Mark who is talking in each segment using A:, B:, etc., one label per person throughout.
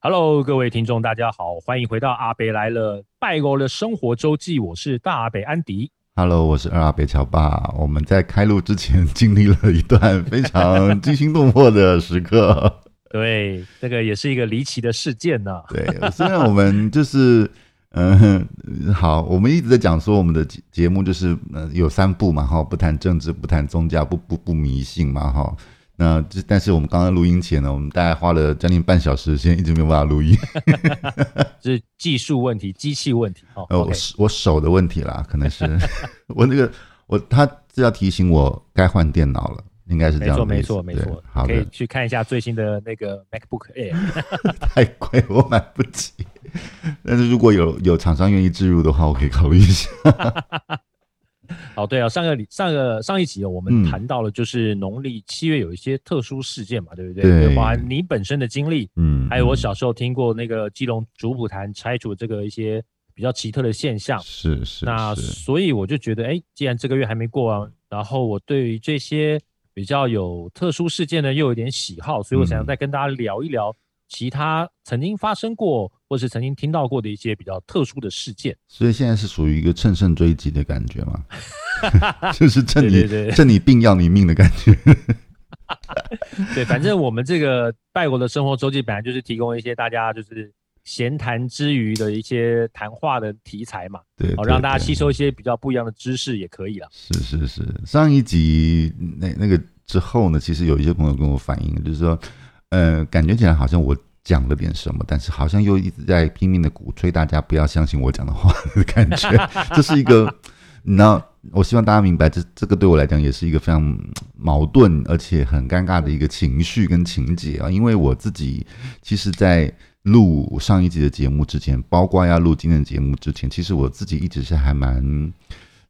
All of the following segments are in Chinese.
A: Hello，各位听众，大家好，欢迎回到阿北来了拜狗的生活周记，我是大阿北安迪。
B: Hello，我是二阿北乔爸。我们在开录之前经历了一段 非常惊心动魄的时刻。
A: 对，这个也是一个离奇的事件呢、
B: 对，虽然我们就是嗯、好，我们一直在讲说我们的节节目就是呃有三不嘛哈，不谈政治，不谈宗教，不不不迷信嘛哈。那这但是我们刚刚录音前呢，我们大概花了将近半小时的时间，一直没有办法 录音。
A: 是技术问题、机器问题。哦、
B: 呃，
A: o
B: 我
A: k
B: 手我手的问题啦，可能是 我那个我他是要提醒我该换电脑了，应该是这
A: 没
B: 样
A: 错，
B: 的
A: 没
B: 意思
A: 错，没
B: 对
A: 错，
B: 好
A: 可以
B: 的，
A: 去看一下最新的那个 MacBook Air。
B: 太贵我买不起， 但是如果有有厂商愿意置入的话，我可以考虑 一下。
A: 哦，对啊，上个礼上个上一集、哦、我们
B: 嗯
A: 谈到了，就是农历七月有一些特殊事件嘛，对不对？
B: 对
A: 就包含你本身的经历，
B: 嗯，
A: 还有哎我小时候听过那个基隆主普坛拆除这个一些比较奇特的现象。
B: 嗯是是
A: 那
B: 是，
A: 所以我就觉得，哎，既然这个月还没过完，然后我对于这些比较有特殊事件呢，又有点喜好，所以我想
B: 嗯
A: 再跟大家聊一聊其他曾经发生过或是曾经听到过的一些比较特殊的事 件。
B: 所以现在是属于一个乘胜追击的感觉嘛， 就是趁你
A: 对对对
B: 趁你病要你命的感觉。
A: 对，反正我们这个拜国的生活周记本来就是提供一些大家就是闲谈之余的一些谈话的题材嘛，
B: 对，
A: 好、
B: 对
A: 让大家
B: 对
A: 吸收一些比较不一样的知识也可以啦。
B: 是是是，上一集那那个之后呢，其实有一些朋友跟我反映，就是说，呃，感觉起来好像我讲了点什么，但是好像又一直在拼命的鼓吹大家不要相信我讲的话的感觉，这是一个，那我希望大家明白，这这个对我来讲也是一个非常嗯矛盾而且很尴尬的一个情绪跟情节啊，因为我自己其实，在录上一集的节目之前，包括要录今天的节目之前，其实我自己一直是还蛮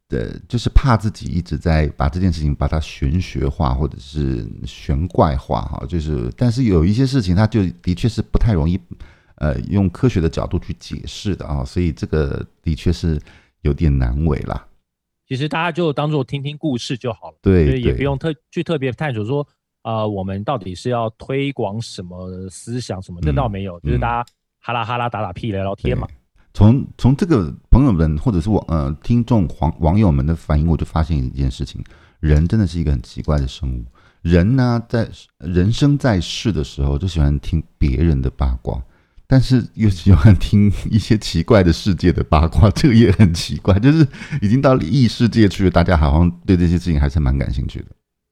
B: 的，就是怕自己一直在把这件事情把它玄学化或者是玄怪化哈，就是但是有一些事情它就的确是不太容易，呃，用科学的角度去解释的啊，所以这个的确是有点难为啦。
A: 其实大家就当做听听故事就好了。
B: 对
A: 所以也
B: 对
A: 不用特去特别探索说，呃，我们到底是要推广什么思想什么，这
B: 嗯
A: 倒没有，就是
B: 嗯
A: 大家哈拉哈拉打打屁聊聊天嘛。
B: 从从这个朋友们或者是网呃听众网网友们的反应，我就发现一件事情：人真的是一个很奇怪的生物。人呢，在人生在世的时候，就喜欢听别人的八卦，但是又喜欢听一些奇怪的世界的八卦， 这个也很奇怪。就是已经到了异世界去了，大家好像对这些事情还是蛮感兴趣的。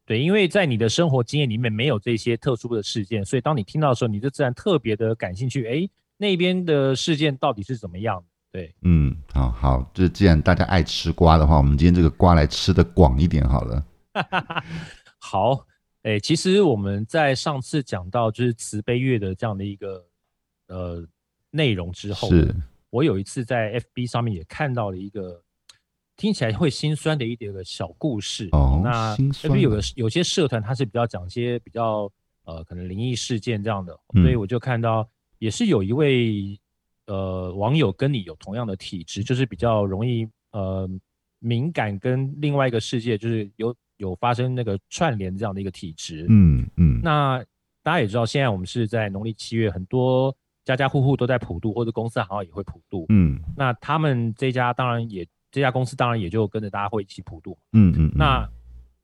A: 对，因为在你的生活经验里面没有这些特殊的事件，所以当你听到的时候，你就自然特别的感兴趣。诶，那边的事件到底是怎么样的？对，
B: 嗯，好好，这既然大家爱吃瓜的话，我们今天这个瓜来吃的广一点好了。
A: 好，诶，其实我们在上次讲到就是慈悲月的这样的一个呃内容之后，
B: 是，
A: 我有一次在 FB 上面也看到了一个听起来会心酸的一点个小故事。
B: 哦
A: 那
B: 心酸
A: FB 有
B: 的
A: 个有些社团它是比较讲一些比较呃可能灵异事件这样的，
B: 嗯
A: 所以我就看到也是有一位呃网友跟你有同样的体质，就是比较容易呃敏感跟另外一个世界就是有有发生那个串联这样的一个体质。
B: 嗯嗯，
A: 那大家也知道，现在我们是在农历七月，很多家家户户都在普渡，或者公司行号也会普渡。
B: 嗯
A: 那他们这家当然也这家公司当然也就跟着大家会一起普渡。
B: 嗯嗯，
A: 那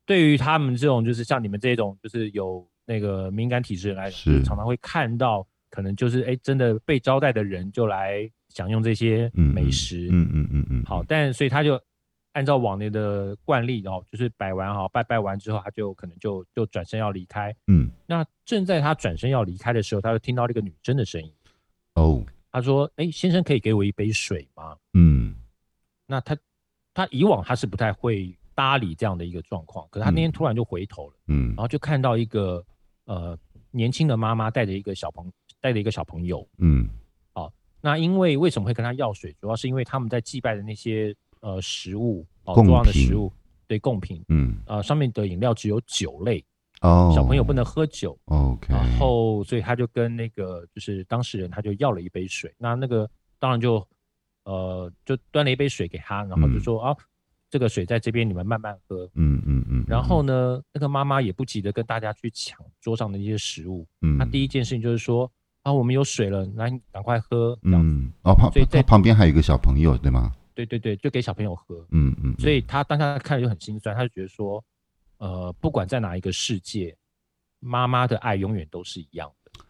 A: 对于他们这种就是像你们这种就是有那个敏感体质的人来讲，
B: 是
A: 就是常常会看到可能就是哎真的被招待的人就来享用这些
B: 嗯
A: 美食。
B: 嗯嗯嗯嗯，
A: 好，，但所以他就按照往年的惯例哦，就是摆完哈拜拜完之后，他就可能就就转身要离开。
B: 嗯，
A: 那正在他转身要离开的时候，他就听到那个女生的声音，
B: 哦，
A: 他说：“哎，先生，可以给我一杯水吗？”
B: 嗯
A: 那他他以往他是不太会搭理这样的一个状况，可是他那天突然就回头了，
B: 嗯
A: 然后就看到一个呃年轻的妈妈带着一个小朋带着一个小朋友。
B: 嗯
A: 那因为为什么会跟他要水，主要是因为他们在祭拜的那些呃食物哦
B: 贡
A: 桌上的
B: 品
A: 食物对贡品
B: 嗯，
A: 呃上面的饮料只有酒类，
B: 哦，
A: 小朋友不啊能喝酒。
B: ，OK，
A: 然后所以他就跟那个就是当事人，他就要了一杯水。那那个当然就呃就端了一杯水给他，然后就
B: 嗯
A: 说、啊，这个水在这边，你们慢慢喝。
B: 嗯嗯嗯，
A: 然后呢，那个妈妈也不急着跟大家去抢桌上的一些食物，
B: 嗯，
A: 她第一件事情就是说啊，我们有水了，来你赶快喝。这样子，
B: 嗯，哦旁
A: 所以在
B: 旁旁边还有一个小朋友对吗？
A: 对对对，就给小朋友喝。
B: 嗯嗯，
A: 所以他当下看了就很心酸，他就觉得说，呃，不管在哪一个世界，妈妈的爱永远都是一样的。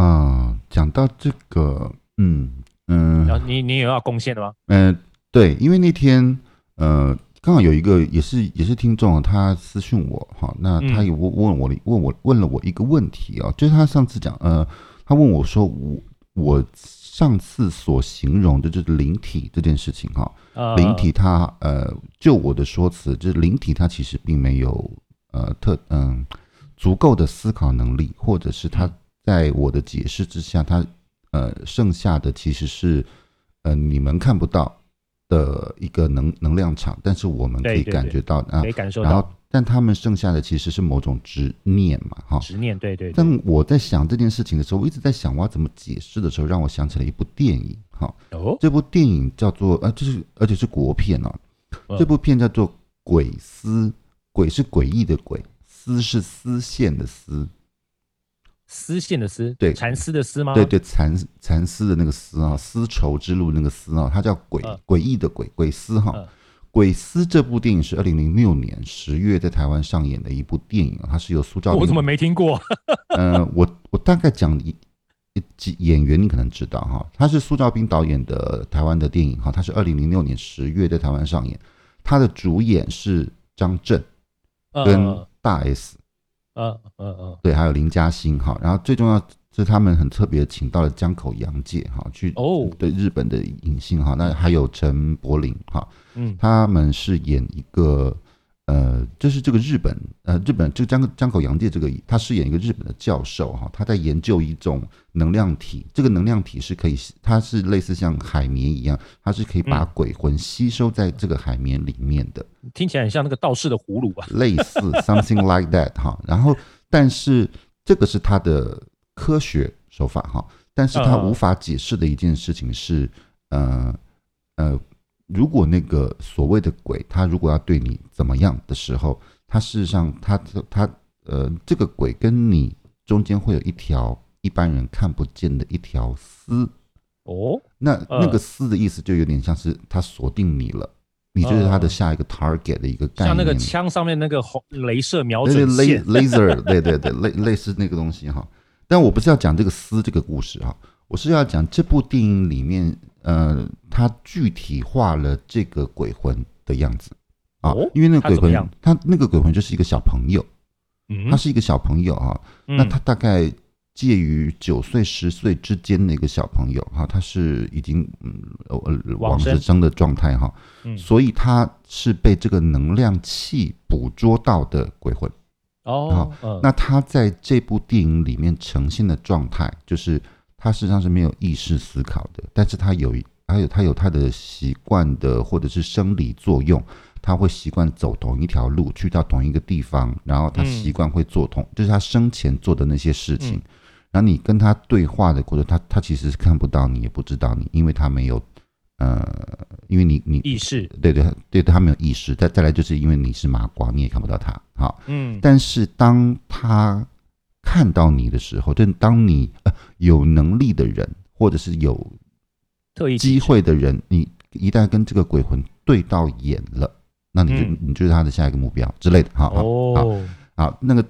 B: 啊，讲到这个，嗯嗯，
A: 然后你你有要贡献的吗？
B: 嗯，对，因为那天呃，刚好有一个也是也是听众，啊他私讯我哈，那他
A: 嗯
B: 也问问我了问我问了我一个问题啊、就是他上次讲呃，他问我说我我上次所形容的就是灵体这件事情哈、
A: 呃，
B: 灵体它呃，就我的说辞，就是灵体它其实并没有呃特嗯、足够的思考能力，或者是它
A: 嗯
B: 在我的解释之下，它呃剩下的其实是呃你们看不到的一个能能量场，但是我们可
A: 对
B: 以
A: 对
B: 感
A: 对
B: 觉到啊
A: 可以，感受
B: 然后
A: 到
B: 但他们剩下的其实是某种执念嘛，哈，
A: 执念，对对对
B: 但我在想这件事情的时候，我一直在想我要怎么解释的时候，让我想起了一部电影，哈，
A: 哦，
B: 这部电影叫做呃，就是而且是国片哦、
A: 嗯
B: 这部片叫做《鬼丝》，鬼是诡异的鬼，丝是丝线的丝，
A: 丝线的丝，
B: 对
A: 蚕丝的丝吗？
B: 对对，蚕蚕丝的那个丝啊、丝绸之路那个丝啊、它叫鬼
A: 嗯
B: 诡异的鬼鬼丝哈、
A: 嗯
B: 鬼丝这部电影是二零零六年十月在台湾上演的一部电影，啊它是由苏兆
A: 我
B: 林
A: 怎么没听过？
B: 呃，我我大概讲一一几演员，你可能知道哈，他是苏兆斌导演的台湾的电影哈，他是二零零六年十月在台湾上演，他的主演是张震跟
A: 呃
B: 大 S，、
A: 呃呃呃，
B: 对，还有林嘉欣哈，然后最重要是他们很特别请到了江口洋介哈去
A: 哦
B: 对日本的影星哈，那还有陈柏霖哈，
A: 嗯
B: 他们是演一个呃，就是这个日本呃，日本这个江江口洋介这个他饰演一个日本的教授哈、他在研究一种能量体，这个能量体是可以，它是类似像海绵一样，它是可以把
A: 嗯
B: 鬼魂吸收在这个海绵里面的。
A: 听起来很像那个道士的葫芦啊。
B: 类 似 something like that 哈。然后，但是这个是他的科学手法哈，但是他
A: 嗯嗯
B: 无法解释的一件事情是，呃呃，如果那个所谓的鬼，他如果要对你怎么样的时候，他事实上他他呃，这个鬼跟你中间会有一条一般人看不见的一条丝。
A: 哦，
B: 那那个
A: 嗯
B: 丝的意思就有点像是他锁定你了，你就是他的
A: 嗯嗯
B: 下一个 target 的一个概念。
A: 像那个枪上面那个红镭射瞄
B: 对对
A: 准线，
B: ，laser，对 对对，类类似那个东西哈。但我不是要讲这个丝这个故事哈，我是要讲这部电影里面，呃，它具体化了这个鬼魂的样子啊，
A: 哦
B: 因为那个鬼
A: 它怎么
B: 魂
A: 样，
B: 他那个鬼魂就是一个小朋友，
A: 嗯
B: 他，是一个小朋友啊，那
A: 嗯
B: 他大概介于九岁十岁之间的一个小朋友哈，他是已经嗯呃呃
A: 往
B: 往
A: 生
B: 生生的状态哈，
A: 嗯
B: 所以他是被这个能量气捕捉到的鬼魂。
A: 哦，嗯
B: 那他在这部电影里面呈现的状态，就是他实际上是没有意识思考的，但是他有一，还有他有他的习惯的或者是生理作用，他会习惯走同一条路，去到同一个地方，然后他
A: 嗯
B: 习惯会做同，就是他生前做的那些事情。
A: 嗯
B: 然后你跟他对话的过程，他他其实是看不到你，也不知道你，因为他没有，呃，因为你你
A: 意识，
B: 对对对他没有意识。再再来就是因为你是麻瓜，你也看不到他，好。
A: 嗯，
B: 但是当他看到你的时候，就是当你呃有能力的人，或者是有
A: 特意
B: 机会的人，你一旦跟这个鬼魂对到眼了，那你就、
A: 嗯
B: 你就是他的下一个目标之类的。好好、好
A: 哦，
B: 好，啊那个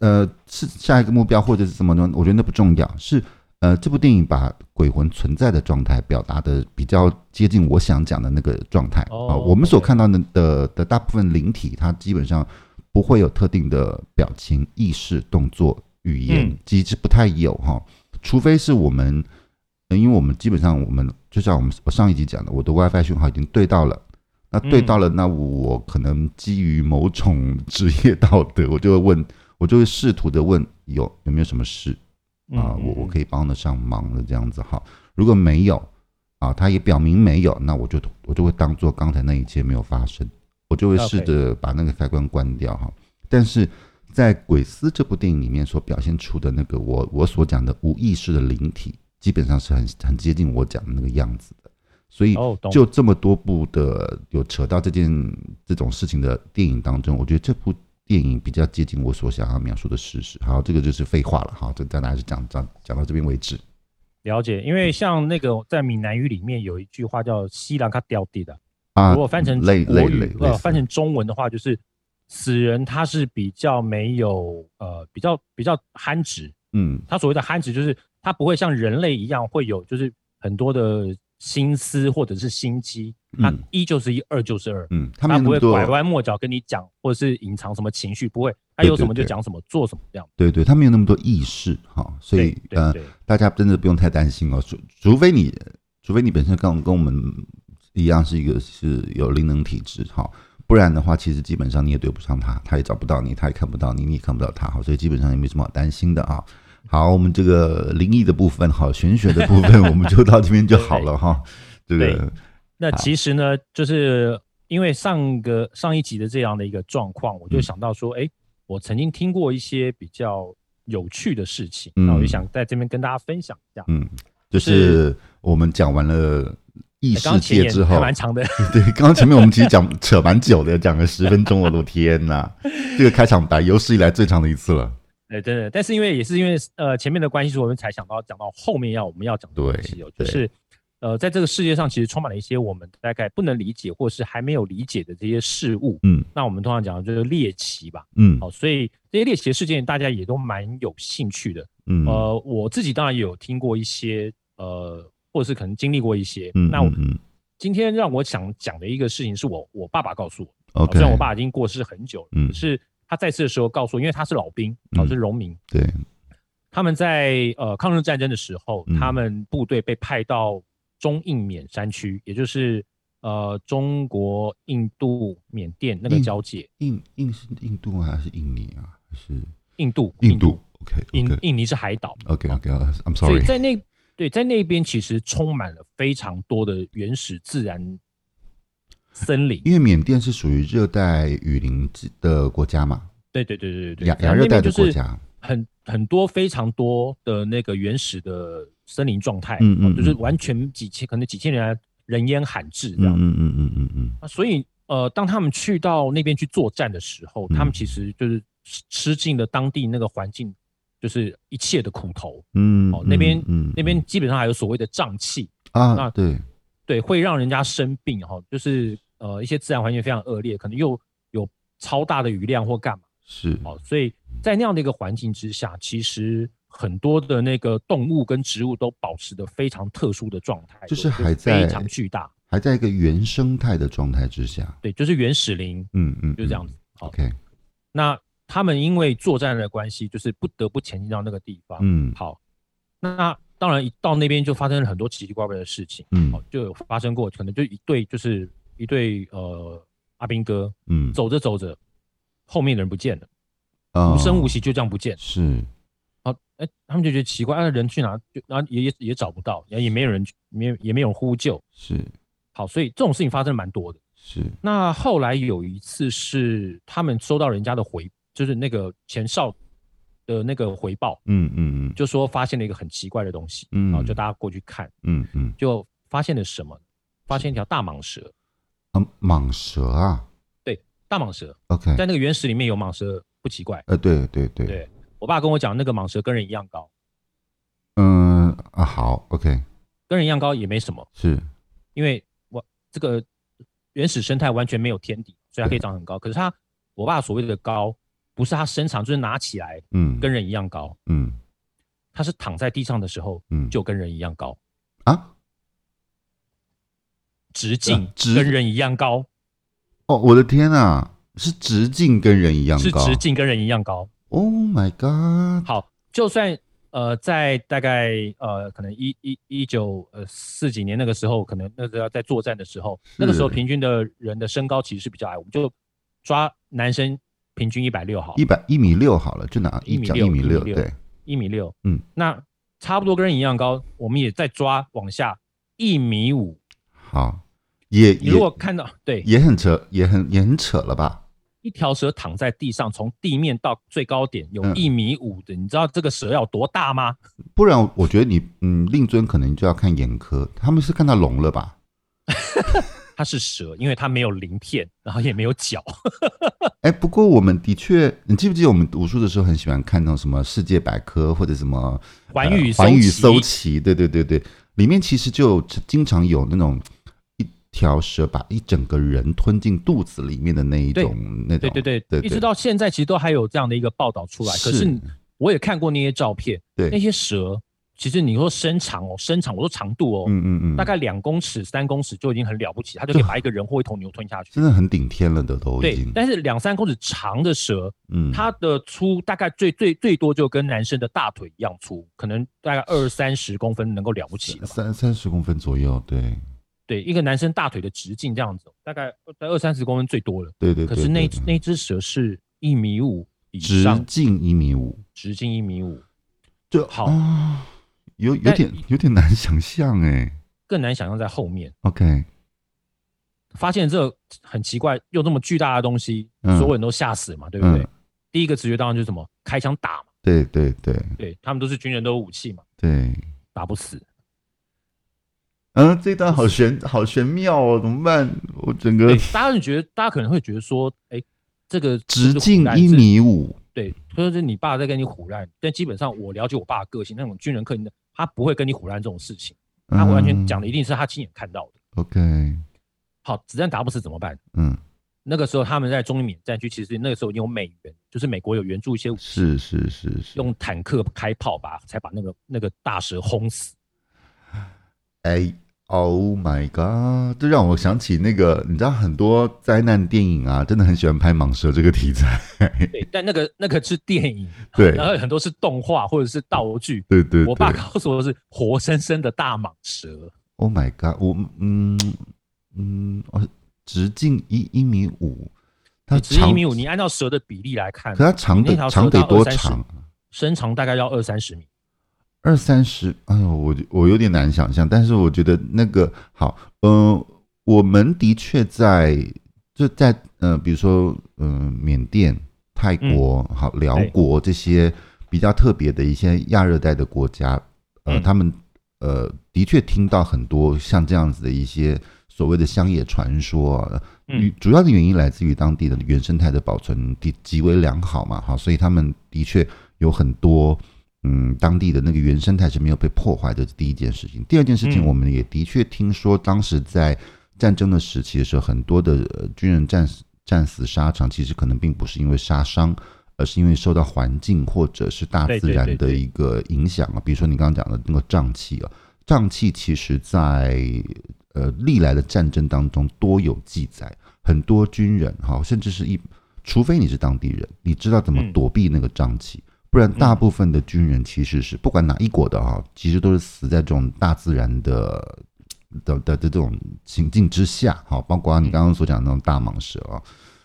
B: 呃是下一个目标或者是什么呢？我觉得那不重要，是呃这部电影把鬼魂存在的状态表达的比较接近我想讲的那个状态啊、
A: 哦
B: 我们所
A: OK
B: 看到的的的大部分灵体，它基本上不会有特定的表情、意识、动作、语言
A: 嗯，
B: 其实不太有哈，除非是我们。呃因为我们基本上，我们就像我们我上一集讲的，我的 WiFi 讯号已经对到了，那对到了，那我可能基于某种 职业道德，我就会问，我就会试图的问有有没有什么事
A: 嗯
B: 啊，我我可
A: 以，
B: 以帮得上忙的这样子哈。如果没有啊，他也表明没有，那我就我就会当做刚才那一切没有发生，我就会试
A: OK
B: 着把那个开关关掉哈。但是在《鬼丝》这部电影里面所表现出的那个我我所讲的无意识的灵体，基本上是很很接近我讲的那个样子的，所以
A: 哦，懂，
B: 就这么多部的有扯到这件这种事情的电影当中，我觉得这部电影比较接近我所想要描述的事实。好，这个就是废话了。好，这大家就讲讲讲到这边为止。
A: 了解，因为像那个在闽南语里面有一句话叫“西兰卡掉地”的，
B: 啊
A: 如，果翻成
B: 类
A: 国
B: 类
A: 语
B: 类类
A: 呃
B: 似
A: 翻成中文的话，就是死人他是比较没有呃比较比较憨直，
B: 嗯，
A: 他所谓的憨直就是他不会像人类一样会有就是很多的心思或者是心机，他
B: 嗯
A: 一就是一，二就是二，
B: 嗯，他
A: 他不
B: 没有那么
A: 会
B: 多，
A: 拐弯抹角跟你讲，或者是隐藏什么情绪，不会，他
B: 对
A: 有
B: 对
A: 什么就
B: 对
A: 讲什么，做什么这样。
B: 对对，他没有那么多意识哈，所
A: 对
B: 以
A: 对
B: 呃，
A: 对，
B: 大家真的不用太担心哦，除除非你，除非你本身跟跟我们一样是一个是有灵能体质哈，不然的话，其实基本上你也对不上他，他也找不到你，他也看不到你，你也看不到他哈，所以基本上也没什么好担心的啊。好，我们这个灵异的部分哈，玄学的 部分我们就到这边就好了哈。这个
A: 对那其实呢，就是因为上个上一集的这样的一个状况，我就
B: 嗯
A: 想到说，哎、我曾经听过一些比较有趣的事情，
B: 嗯
A: 那我就想在这边跟大家分享一下。
B: 嗯，就是是我们讲完了异
A: 哎刚
B: 世
A: 刚前
B: 界
A: 言
B: 之
A: 还
B: 后，
A: 蛮长的，
B: 对，刚刚前面我们其实讲扯蛮久的，讲了十分钟，我的天呐，这个开场白有史以来最长的一次了。
A: 对，真的。但是因为也是因为呃前面的关系，所以我们才想到讲到后面要我们要讲的东西哦，就
B: 对对
A: 是呃在这个世界上其实充满了一些我们大概不能理解或是还没有理解的这些事物。
B: 嗯
A: 那我们通常讲的就是猎奇吧，
B: 嗯
A: 哦，所以这些猎奇的事件大家也都蛮有兴趣的。
B: 嗯
A: 呃，我自己当然也有听过一些，呃，或者是可能经历过一些。
B: 嗯，
A: 那我
B: 嗯嗯
A: 今天让我想讲的一个事情，是我我爸爸告诉我，啊
B: ，OK，
A: 虽然我爸已经过世很久了，
B: 嗯
A: 可是他在世的时候告诉我，因为他是老兵，哦、
B: 嗯
A: 是农民，
B: 对，
A: 他们在呃抗日战争的时候，
B: 嗯
A: 他们部队被派到中印缅山区，也就是呃中国、印度、缅甸那个
B: 印
A: 交界，
B: 印印是印度还是印尼啊？还是
A: 印度、
B: 印度？OK
A: 印
B: OK
A: 印尼是海岛，
B: OK OK，I'm
A: 所以
B: sorry。
A: 在那对在那边其实充满了非常多的原始自然森林。
B: 因为缅甸是属于热带雨林之的国家嘛，
A: 对对对对对
B: 亚
A: 对，
B: 亚
A: 那
B: 热带
A: 边就
B: 的国
A: 是
B: 家，
A: 很很多非常多的那个原始的森林状态，
B: 嗯嗯
A: 哦就是
B: 嗯
A: 完全几千可能几千年来人烟罕至这
B: 嗯
A: 样。
B: 嗯嗯嗯嗯嗯，
A: 啊所以呃，当他们去到那边去作战的时候，
B: 嗯
A: 他们其实就是吃吃尽了当地那个环境，就是一切的苦头。
B: 嗯，
A: 哦那边
B: 嗯
A: 那边基本上还有所谓的瘴气，
B: 啊，
A: 那
B: 对，
A: 对，会让人家生病哈、就是呃一些自然环境非常恶劣，可能又有超大的雨量或干嘛
B: 是，
A: 哦，所以在那样的一个环境之下，其实很多的那个动物跟植物都保持的非常特殊的状态，
B: 就是还在
A: 非常巨大，
B: 还在一个原生态的状态之下，
A: 对，就是原始林
B: 嗯嗯，
A: 就是这样
B: 嗯
A: 子。好，
B: OK，
A: 那他们因为作战的关系，就是不得不前进到那个地方。
B: 嗯
A: 好，那当然一到那边就发生了很多奇奇怪怪的事情，
B: 嗯
A: 好，哦就有发生过，可能就一对就是一对呃阿兵哥
B: 嗯，
A: 走着走着，后面的人不见了，
B: 啊
A: 无声无息就这样不见了。
B: 是，
A: 好，哎，他们就觉得奇怪，啊，人去哪？就然后也也也找不到，然后也没有人去，没也没有人呼救。
B: 是
A: 好，所以这种事情发生得蛮多的。
B: 是，
A: 那后来有一次是他们收到人家的回，就是那个前哨的那个回报，
B: 嗯嗯嗯
A: 就说发现了一个很奇怪的东西，
B: 嗯
A: 然后就大家过去看，
B: 嗯嗯，
A: 就发现了什么？发现一条大蟒蛇。
B: 啊，蟒蛇啊
A: 对，大蟒蛇
B: ，OK，
A: 在那个原始里面有蟒蛇不奇怪。
B: 呃，对对对，
A: 对我爸跟我讲，那个蟒蛇跟人一样高，
B: 嗯啊，好，OK，
A: 跟人一样高也没什么，
B: 是，
A: 因为我这个原始生态完全没有天敌，所以它可以长很高。可是它，我爸所谓的高，不是它身长，就是拿起来
B: 嗯，
A: 跟人一样高，
B: 嗯
A: 它是躺在地上的时候
B: 嗯，
A: 就跟人一样高，
B: 啊，
A: 直径
B: 啊直
A: 跟人一样高，
B: 哦，我的天啊，是直径跟人一样
A: 是
B: 高
A: 直径跟人一样高。
B: ，Oh my God，
A: 好，就算呃在大概呃可能一一一九呃四几年那个时候，可能那个在作战的时候，那个时候平均的人的身高其实是比较矮，我们就抓男生平均一百六好了，
B: 一百一米六好了，就拿
A: 一米
B: 讲
A: 六
B: 一米
A: 一米
B: 六，
A: 六
B: 对，
A: 一米六，
B: 嗯，
A: 那差不多跟人一样高，我们也在抓往下一米五。
B: 好，也
A: 你如
B: 也
A: 果看到对
B: 也很扯，也很也很扯了吧？
A: 一条蛇躺在地上，从地面到最高点有
B: 嗯
A: 一米五的，你知道这个蛇要多大吗？
B: 不然我觉得你，嗯，令尊可能就要看眼科，他们是看到龙了吧？
A: 它是蛇，因为它没有鳞片，然后也没有脚。
B: 哎，不过我们的确，你记不记得我们读书的时候很喜欢看那种什么世界百科或者什么
A: 环宇
B: 呃环宇
A: 搜
B: 搜奇，对对对对，里面其实就有经常有那种一条蛇把一整个人吞进肚子里面的那一种那种，
A: 对对对，
B: 对
A: 一直到现在其实都还有这样的一个报道出来。可
B: 是
A: 是我也看过那些照片，
B: 对
A: 那些蛇，其实你说身长哦，身长我说长度哦，
B: 嗯嗯嗯，
A: 大概两公尺、三公尺就已经很了不起，它就可以把一个人或一头牛吞下 去。
B: 真的很顶天了的都已
A: 对
B: 经，，
A: 但是两三公尺长的蛇，
B: 嗯，
A: 它的粗大概最最最多就跟男生的大腿一样粗，可能大概二三十公分能够了不起了吧？
B: 三三十公分左右，对
A: 对，一个男生大腿的直径这样子，大概在二三十公分最多了。
B: 对对对，
A: 可是那
B: 对对
A: 那只蛇是一米五以
B: 直
A: 上，
B: 径一米五，
A: 直径一米五，
B: 就
A: 好
B: 啊有有
A: 但
B: 点有点难想象哎
A: 更难想象在后面。
B: ，OK，
A: 发现这很奇怪，又这么巨大的东西，
B: 嗯
A: 所有人都吓死了嘛，对不对？
B: 嗯
A: 第一个直觉当然就是什么开枪打嘛，
B: 对对对
A: 对他们都是军人，都有武器嘛，
B: 对。
A: 打不死。
B: 嗯，这一段好玄，好玄妙哦，怎么办？我整个
A: 对，大家就觉得，大家可能会觉得说，哎，这个
B: 直
A: 就是
B: 径
A: 胡乱
B: 一
A: 是
B: 米五，
A: 对，就是你爸在跟你胡乱，但基本上我了解我爸的个性，那种军人客人，他不会跟你胡乱这种事情，他完全讲的一定是他亲眼看到的。
B: 嗯 OK，
A: 好，子弹打不死怎么办？
B: 嗯，
A: 那个时候他们在中缅战区，其实那个时候已经有美援，就是美国有援助一些武器，
B: 是是是是，
A: 用坦克开炮吧，才把那个那个大蛇轰死。
B: 哎，Oh my God，这让我想起那个，你知道很多灾难电影啊，真的很喜欢拍蟒蛇这个题材，
A: 对，但那个那个是电影，
B: 对
A: 然后很多是动画或者是道具。
B: 对对
A: 我爸
B: 对
A: 告诉我是活生生的大蟒蛇，
B: ，Oh my God，我嗯嗯，哦，直径一一米五，它
A: 只是
B: 长
A: 一米五，你按照蛇的比例来看
B: 可，它长
A: 你那
B: 得
A: 条
B: 长
A: 蛇
B: 得
A: 到
B: 多
A: 2-30
B: 长？
A: 身长大概要二三十米。
B: 二三十，哎呦，我就我有点难想象，但是我觉得那个好，嗯、我们的确在就在呃，比如说嗯、呃缅甸、泰国、好辽国这些比较特别的一些亚热带的国家，呃，
A: 嗯
B: 他们呃的确听到很多像这样子的一些所谓的乡野传说、啊，
A: 嗯，
B: 主要的原因来自于当地的原生态的保存极极为良好嘛，哈，所以他们的确有很多，嗯，当地的那个原生态是没有被破坏的。这是第一件事情，第二件事情，
A: 嗯
B: 我们也的确听说，当时在战争的时期的时候，很多的、呃军人战死战死沙场，其实可能并不是因为杀伤，而是因为受到环境或者是大
A: 对
B: 自
A: 对
B: 然
A: 对
B: 的
A: 对
B: 一个影响啊。比如说你刚刚讲的那个瘴气啊，瘴气其实在呃历来的战争当中多有记载，很多军人哈，甚至是一，除非你是当地人，你知道怎么
A: 嗯
B: 躲避那个瘴气。不然，大部分的军人其实是不管哪一国的哈，其实都是死在这种大自然的的的的这种情境之下，好，包括你刚刚所讲的那种大蟒蛇啊。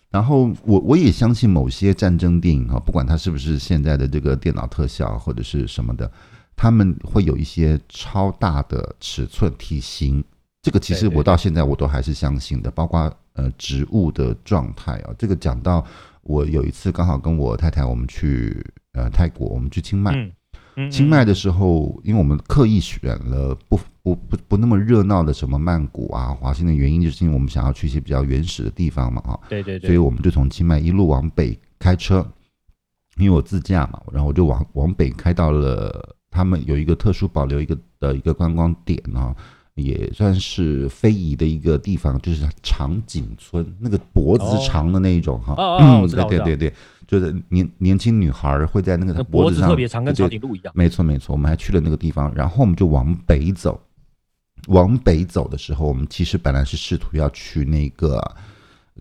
B: 然后我我也相信某些战争电影哈，不管它是不是现在的这个电脑特效啊或者是什么的，他们会有一些超大的尺寸体型。这个其实
A: 对对
B: 我到现在我都还是相信的，包括呃植物的状态啊。这个讲到我有一次刚好跟我太太我们去呃泰国，我们去清迈，
A: 嗯嗯，
B: 清迈的时候，因为我们刻意选了不不不不那么热闹的什么曼谷啊、华欣的原因，就是因为我们想要去一些比较原始的地方嘛啊，
A: 对对对，
B: 所以我们就从清迈一路往北开车，因为我自驾嘛，然后我就往往北开到了他们有一个特殊保留一个的一个观光点啊，也算是非遗的一个地方，就是长颈村那个脖子
A: 哦
B: 长的那一种哈，
A: 哦哦哦
B: 嗯，
A: 我知道
B: 对
A: 我知道
B: 对对对，就是年年轻女孩儿会在那个
A: 那脖
B: 子
A: 子
B: 上
A: 特别长，跟
B: 对
A: 长
B: 对
A: 颈鹿一样。
B: 没错没错，我们还去了那个地方，然后我们就往北走。往北走的时候，我们其实本来是试图要去那个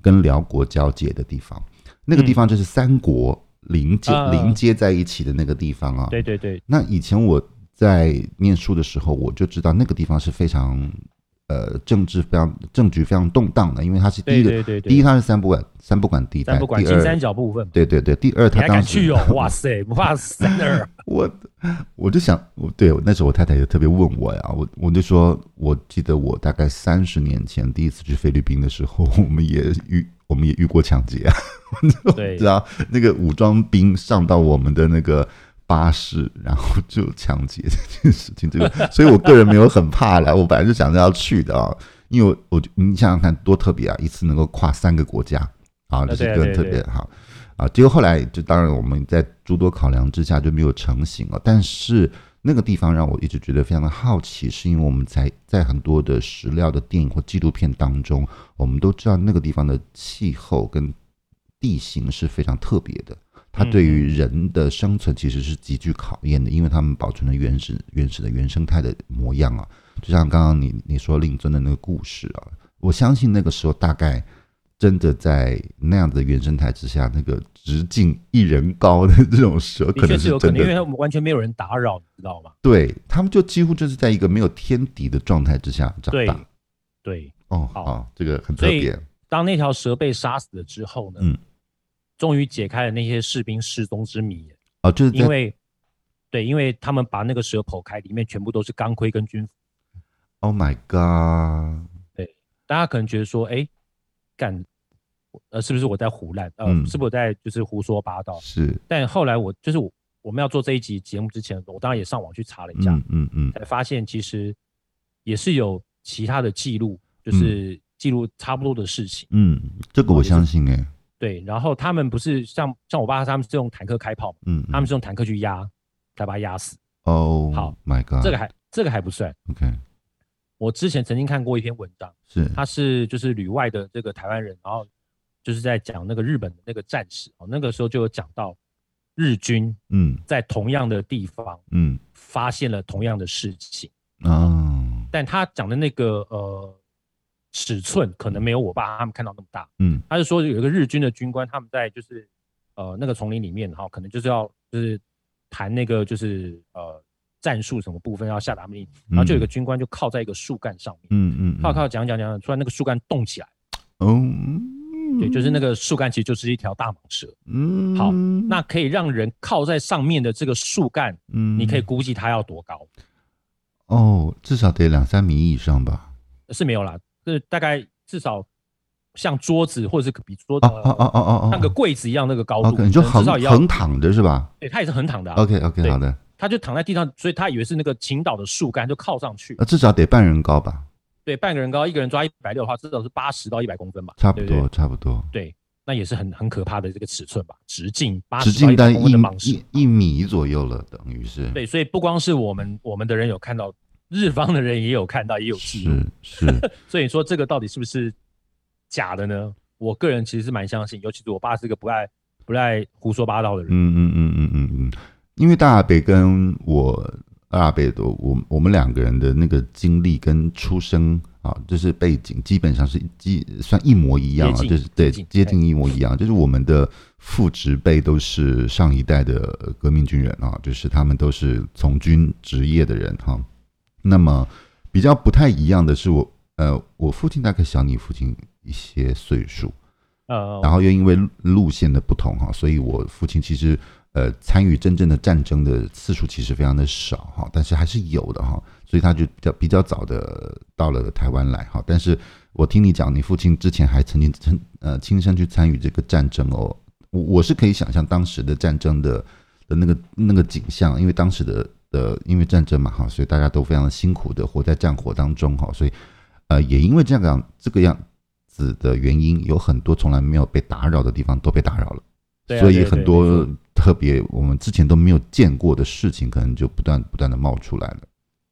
B: 跟辽国交界的地方，那个地方就是三国临接、
A: 啊
B: 临接在一起的那个地方啊。
A: 对对对，
B: 那以前我在念书的时候，我就知道那个地方是非常呃政治非常政局非常动荡的，因为它是第
A: 对
B: 一个，
A: 对对
B: 第一
A: 对。
B: 它是三不管三不管地带，
A: 咱不管
B: 第
A: 金
B: 二
A: 三角部分嘛，
B: 对对对，第二
A: 你
B: 它
A: 还敢
B: 当时
A: 去哦？ 哇塞，不怕死在那儿？
B: 我我就想，我对那时候我太太也特别问我呀，我我就说，我记得我大概三十年前第一次去菲律宾的时候，我们也遇我们也遇过抢劫啊，
A: 对
B: 知，道啊那个武装兵上到我们的那个巴士，然后就抢劫这件事情，这个，所以我个人没有很怕啦，我本来就想着要去的啊，因为我我就你想想看多特别啊，一次能够跨三个国家啊，这是一
A: 对
B: 个
A: 啊
B: 很特
A: 对
B: 别好啊。结果后来就当然我们在诸多考量之下就没有成型了，但是那个地方让我一直觉得非常的好奇，是因为我们在在很多的史料的电影或纪录片当中，我们都知道那个地方的气候跟地形是非常特别的。它
A: 嗯
B: 对于人的生存其实是极具考验的，因为他们保存了原始、原始的原生态的模样啊。就像刚刚你你说令尊的那个故事啊，我相信那个时候大概真的在那样的原生态之下，那个直径一人高的 这种蛇，可
A: 的确
B: 能
A: 是有可
B: 真
A: 能，因为
B: 的。
A: 他们完全没有人打扰，你知道吗？
B: 对他们就几乎就是在一个没有天敌的状态之下长
A: 对
B: 大。
A: 对，
B: 哦，
A: 好
B: 好，这个很特
A: 所以
B: 别。
A: 当那条蛇被杀死了之后呢，
B: 嗯
A: 终于解开了那些士兵失踪之谜，
B: 哦，就是在
A: 因为对，因为他们把那个蛇剖开，里面全部都是钢盔跟军服。
B: Oh my God！
A: 大家可能觉得说，哎，干，呃，是不是我在胡乱？呃，
B: 嗯
A: 是不是我在就是胡说八道？
B: 是，
A: 但后来我就是我我们要做这一集节目之前，我当然也上网去查了一下，
B: 嗯嗯嗯，
A: 才发现其实也是有其他的记录，就是记录差不多的事情。
B: 嗯，这
A: 哦
B: 个我相信哎、
A: 对，然后他们不是像像我爸他们是用坦克开炮嘛，
B: 嗯，
A: 他们是用坦克去压，才把他压死。
B: 哦，
A: 好
B: ，My God，
A: 这个还这个还不算。
B: OK
A: 我之前曾经看过一篇文章，
B: 是，
A: 他是就是旅外的这个台湾人，然后就是在讲那个日本的那个战士哦，那个时候就有讲到日军
B: 嗯
A: 在同样的地方
B: 嗯
A: 发现了同样的事情，
B: 哦，
A: 但他讲的那个呃尺寸可能没有我爸他们看到那么大，
B: 嗯
A: 他是说有一个日军的军官他们在就是呃那个丛林里面，然后可能就是要就是谈那个就是呃战术什么部分要下达命令，然后就有一个军官就靠在一个树干上面。
B: 嗯嗯，
A: 靠靠讲讲讲，突然那个树干动起来，
B: 嗯，
A: 对，就是那个树干其实就是一条大蟒蛇，
B: 嗯，
A: 好那可以让人靠在上面的这个树干，
B: 嗯，
A: 你可以估计它要多高，
B: 哦，至少得两三米以上吧？
A: 是没有啦，是大概至少像桌子或者是比桌子
B: 哦哦哦哦哦，
A: 像个柜子一呃样那个高
B: 哦，
A: 度，
B: 可能就
A: 可能
B: 横
A: 至少也要
B: 横，哦躺着是吧
A: 对，它也是横躺的啊，
B: ？OK OK，
A: 对
B: 好的，
A: 它就躺在地上，所以他以为是那个倾倒的树干，就靠上去
B: 呃，，至少得半人高吧？
A: 对，半个人高，一个人抓一百六的话，至少是八十到一百公分吧，
B: 差不
A: 对
B: 多，，差不多，
A: 对对，那也是很很可怕的这个尺寸吧，直径八
B: 直
A: 十到
B: 径
A: 一
B: 大
A: 百
B: 概
A: 公分
B: 一
A: 的蟒蛇
B: 一。一米左右了，等于是，
A: 对，所以不光是我们我们的人有看到，日方的人也有看到，也有记录。
B: 是是，
A: 所以你说这个到底是不是假的呢？我个人其实是蛮相信，尤其是我爸是个不爱不爱胡说八道的人。
B: 嗯嗯嗯嗯嗯嗯，因为大北跟我二北都我我们两个人的那个经历跟出生啊，就是背景基本上是基算一模一样啊，
A: 接近
B: 就是对
A: 接近
B: 接近一模一样，就是我们的父职辈都是上一代的呃革命军人啊，就是他们都是从军职业的人哈、那么比较不太一样的是我呃，我父亲大概小你父亲一些岁数，
A: 呃，
B: 嗯然后又因为路路线的不同哈，所以我父亲其实呃参与真正的战争的次数其实非常的少哈，但是还是有的哈，所以他就比较比较早的到了台湾来哈。但是我听你讲，你父亲之前还曾经亲呃亲身去参与这个战争哦，我我是可以想象当时的战争的的那个那个景象，因为当时的的因为战争嘛哈，所以大家都非常辛苦的活在战火当中哈，所以呃也因为这样这个样子的原因，有很多从来没有被打扰的地方都被打扰了，
A: 对啊
B: 所以
A: 对对
B: 很
A: 没
B: 多
A: 错
B: 特别我们之前都没有见过的事情，可能就不断不断的冒出来了。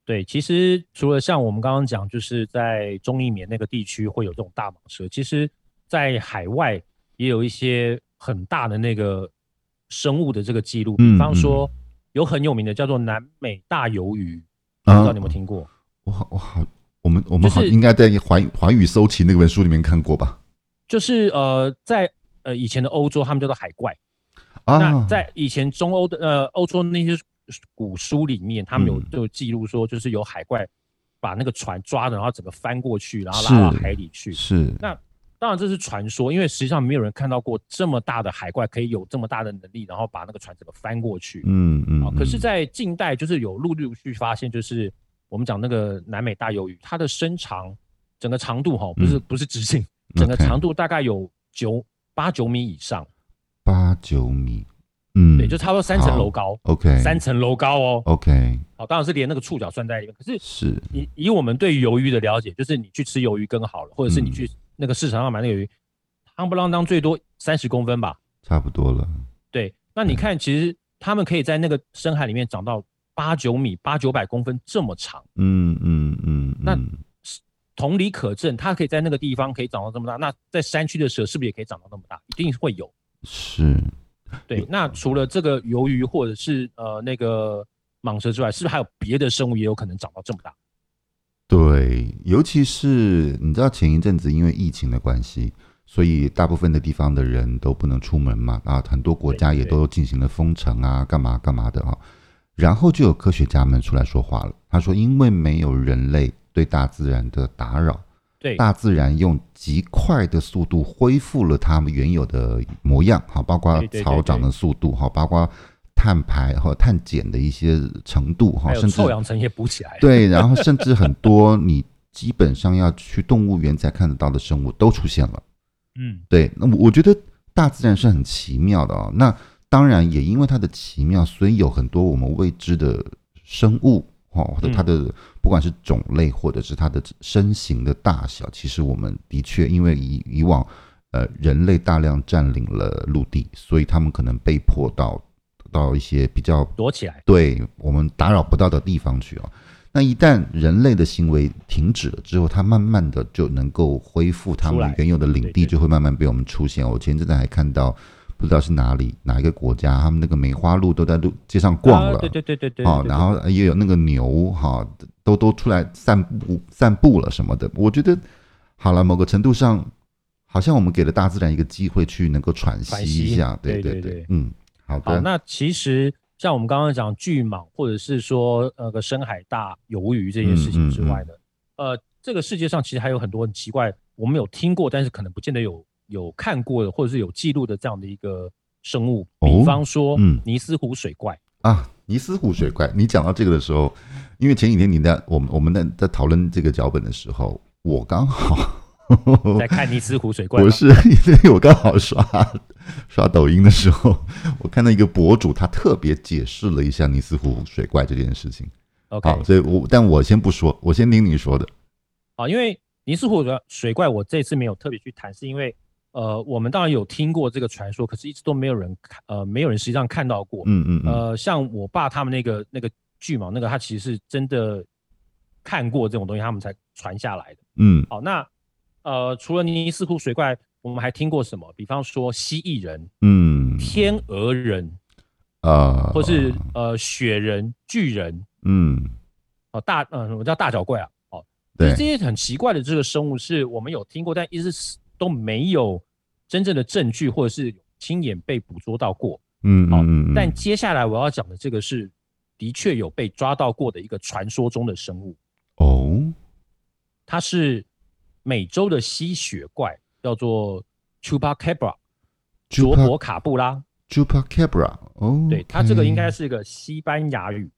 A: 对，其实除了像我们刚刚讲，就是在中印缅那个地区会有这种大蟒蛇，其实，在海外也有一些很大的那个生物的这个记录，
B: 嗯
A: 比方说有很有名的叫做南美大鱿鱼，不
B: 啊
A: 知道你有没有听过？
B: 我好我好，我们我们好、
A: 就是
B: 应该在华语华语搜奇那本书里面看过吧？
A: 就是呃，在呃以前的欧洲，他们叫做海怪。那
B: 啊，
A: 在以前中欧的呃欧洲那些古书里面，他们有
B: 嗯
A: 就记录说，就是有海怪把那个船抓着，然后整个翻过去，然后拉到
B: 是
A: 海里去。
B: 是
A: 那当然这是传说，因为实际上没有人看到过这么大的海怪可以有这么大的能力，然后把那个船整个翻过去。
B: 嗯嗯、
A: 啊，可是，
B: 嗯
A: 在近代就是有陆陆续续发现，就是我们讲那个南美大鱿鱼，它的身长整个长度哈，不是、不是直径，整个
B: 嗯 OK
A: 长度大概有九八九米以上。
B: 八九米嗯，哎
A: 对，就差不多三层楼高，
B: OK
A: 三层楼高哦。
B: OK
A: 好，当然是连那个触角算在里面。可是
B: 是
A: 以以我们对鱿鱼的了解，就是你去吃鱿鱼羹好了，或者是你
B: 嗯
A: 去那个市场上买那个鱿鱼，夯不啷当最多三十公分吧。
B: 差不多了，
A: 对，那你
B: 嗯
A: 看，其实他们可以在那个深海里面长到八九米、八九百公分这么长。
B: 嗯嗯嗯，
A: 那
B: 嗯
A: 同理可证，它可以在那个地方可以长到这么大，那在山区的蛇是不是也可以长到那么大？一定会有。
B: 是
A: 对，那除了这个鱿鱼或者是呃那个蟒蛇之外，是不是还有别的生物也有可能长到这么大？
B: 对，尤其是你知道前一阵子因为疫情的关系，所以大部分的地方的人都不能出门嘛，啊，很多国家也
A: 对
B: 都进行了封城啊，干嘛干嘛的啊。然后就有科学家们出来说话了，他说，因为没有人类对大自然的打扰，
A: 对，
B: 大自然用极快的速度恢复了它们原有的模样，好，包括
A: 对对对
B: 草长的速度，好，包括碳排和碳减的一些程度，哈，
A: 还有
B: 甚至
A: 臭氧层也补起来了。
B: 对，然后甚至很多你基本上要去动物园才看得到的生物都出现了。
A: 嗯，
B: 对，那我我觉得大自然是很奇妙的哦。那当然也因为它的奇妙，所以有很多我们未知的生物哦，或者它的、不管是种类或者是它的身形的大小，其实我们的确因为以以往呃人类大量占领了陆地，所以他们可能被迫到到一些比较
A: 躲起来。
B: 对我们打扰不到的地方去哦。那一旦人类的行为停止了之后，它慢慢的就能够恢复他
A: 出
B: 们
A: 来
B: 原有的领
A: 对
B: 地，
A: 对
B: 就会慢慢被我们出现哦。我前阵子还看到，不知道是哪里哪一个国家，他们那个梅花鹿都在路街上逛了，
A: 啊对对对对对。
B: 哦，
A: 对
B: 然后也有那个牛哈、都都出来散步散步了什么的。我觉得好了，某个程度上，好像我们给了大自然一个机会去能够喘
A: 喘
B: 息一
A: 息
B: 下，对
A: 对
B: 对
A: 对对
B: 嗯，好
A: 好，
B: 的，
A: 那其实像我们刚刚讲巨蟒，或者是说那个深海大鱿鱼这件事情之
B: 嗯
A: 外呢，呃，这个世界上其实还有很多很奇怪，我们有听过，但是可能不见得有有看过的，或者是有记录的这样的一个生物，
B: 哦
A: 比方说
B: 嗯
A: 尼斯湖水怪。
B: 啊，尼斯湖水怪，你讲到这个的时候，因为前几天你在我们我们在在讨论这个脚本的时候，我刚好
A: 在看尼斯湖水怪吗
B: 哦我，是因为我刚好刷刷抖音的时候，我看到一个博主他特别解释了一下尼斯湖水怪这件事情。
A: OK
B: 好，所以我但我先不说，我先听你说的。
A: 啊，因为尼斯湖的水怪，我这次没有特别去谈，是因为呃，我们当然有听过这个传说，可是一直都没有人看，呃，没有人实际上看到过。
B: 嗯嗯嗯，
A: 呃，像我爸他们那个那个剧嘛，那个他其实是真的看过这种东西，他们才传下来的。
B: 嗯
A: 好，那呃，除了尼斯湖水怪，我们还听过什么？比方说蜥蜴人、
B: 嗯
A: 天鹅人，
B: 啊，
A: 呃或是呃雪人、巨人，
B: 嗯
A: 哦大嗯，我叫大脚怪啊，哦，就是
B: 对
A: 这些很奇怪的这个生物是我们有听过，但一直都没有真正的证据，或者是亲眼被捕捉到过。
B: 嗯嗯
A: 好
B: 嗯，嗯
A: 但接下来我要讲的这个是的确有被抓到过的一个传说中的生物，
B: 哦
A: 它是美洲的吸血怪，叫做 Chupacabra，卓博卡布拉。
B: ，Chupacabra，哦，
A: 对，它这个应该是一个西班牙语。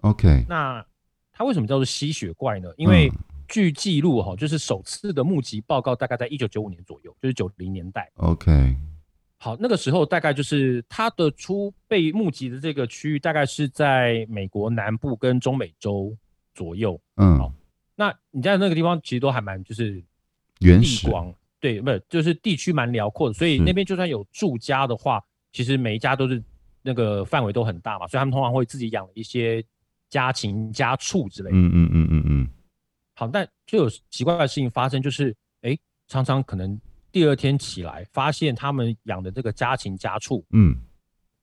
B: OK，
A: 那它为什么叫做吸血怪呢？因为
B: 嗯
A: 据记录哈，就是首次的目击报告大概在一九九五年左右，就是九零年代。
B: OK，
A: 好，那个时候大概就是它的出被目击的这个区域，大概是在美国南部跟中美洲左右。
B: 嗯
A: 好，那你在那个地方其实都还蛮就是
B: 原
A: 地
B: 始，
A: 广，对，不是就是地区蛮辽阔的，所以
B: 是
A: 那边就算有住家的话，其实每一家都是那个范围都很大嘛，所以他们通常会自己养一些家禽、家畜之类的。
B: 嗯嗯嗯嗯嗯，
A: 好，但就有奇怪的事情发生，就是哎，常常可能第二天起来发现他们养的这个家禽、家畜，
B: 嗯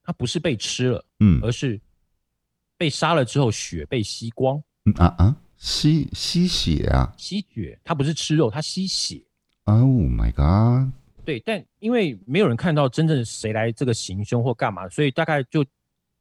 A: 它不是被吃了，
B: 嗯
A: 而是被杀了之后血被吸光，
B: 嗯啊啊，吸吸血啊
A: 吸血，它不是吃肉，它吸血。
B: ！Oh my god！
A: 对，但因为没有人看到真正谁来这个行凶或干嘛，所以大概就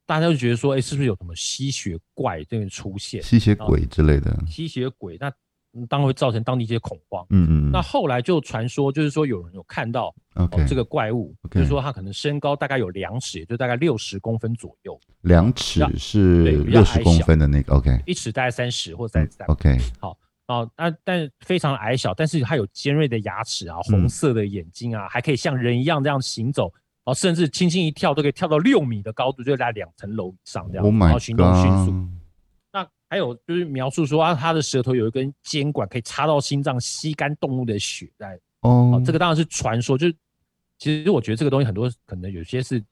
A: 大家就觉得说，哎，是不是有什么吸血怪这个出现，
B: 吸血鬼之类的，
A: 吸血鬼？那嗯当然会造成当地一些恐慌。
B: 嗯嗯
A: 那
B: 嗯
A: 后来就传说，就是说有人有看到哦
B: ，OK，
A: 这个怪物
B: OK
A: 就是说它可能身高大概有两尺，也就大概六十公分左右，
B: 量尺是
A: 对比较
B: 六十
A: 矮
B: 公
A: 小
B: 分的那个，OK
A: 一尺大概三十或三十三。
B: OK，
A: 哦，那但非常
B: 嗯
A: 矮小，但是它有尖锐的牙齿啊，红色的眼睛啊，还可以像人一样这样行走，哦，甚至轻轻一跳都可以跳到六米的高度，就在两层楼以上这样。
B: Oh
A: 然
B: my
A: 后
B: god！
A: 行动迅速。那还有就是描述说啊，它的舌头有一根尖管可以插到心脏，吸干动物的血在。
B: 哦
A: 哦，，这个当然是传说，就是其实我觉得这个东西很多可能有些是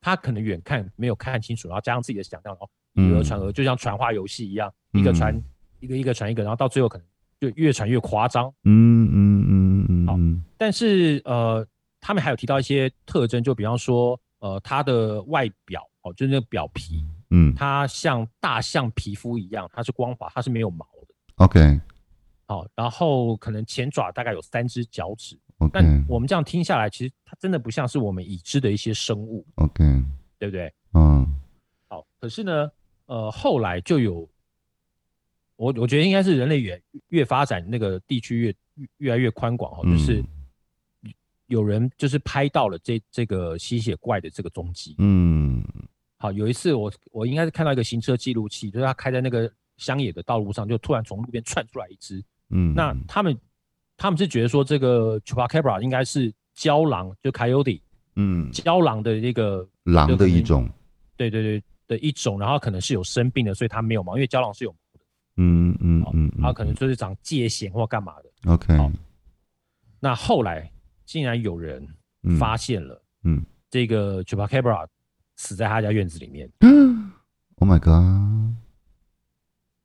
A: 他可能远看没有看清楚，然后加上自己的想象，然后以讹传讹，就像传话游戏一样，一个传
B: 嗯
A: 一个，一个传一个，然后到最后可能就越传越夸张。
B: 嗯嗯嗯嗯
A: 好
B: 嗯，
A: 但是呃，他们还有提到一些特征，就比方说呃，它的外表哦，就是那个表皮，
B: 嗯
A: 它像大象皮肤一样，它是光滑，它是没有毛的。
B: ，OK
A: 好、然后可能前爪大概有三只脚趾，但
B: OK
A: 我们这样听下来，其实它真的不像是我们已知的一些生物，
B: OK，
A: 对不对？
B: 嗯
A: 好，可是呢，呃，后来就有，我我觉得应该是人类越越发展那个地区越越越来越宽广哦，就是
B: 嗯
A: 有人就是拍到了这这个吸血怪的这个踪迹。
B: 嗯
A: 好，有一次我我应该是看到一个行车记录器，就是它开在那个乡野的道路上，就突然从路边窜出来一只，
B: 嗯，
A: 那他们他们是觉得说这个 chupacabra 应该是郊狼，就 coyote
B: 嗯
A: 郊狼的这个
B: 狼的一种，
A: 对对对的一种，然后可能是有生病的，所以它没有毛，因为郊狼是有毛的，
B: 嗯嗯
A: 好
B: 嗯，
A: 然后可能就是长疥癣或干嘛的。
B: OK，
A: 好那后来竟然有人
B: 嗯
A: 发现了，
B: 嗯
A: 这个 chupacabra 死在他家院子里面，
B: ，Oh my god，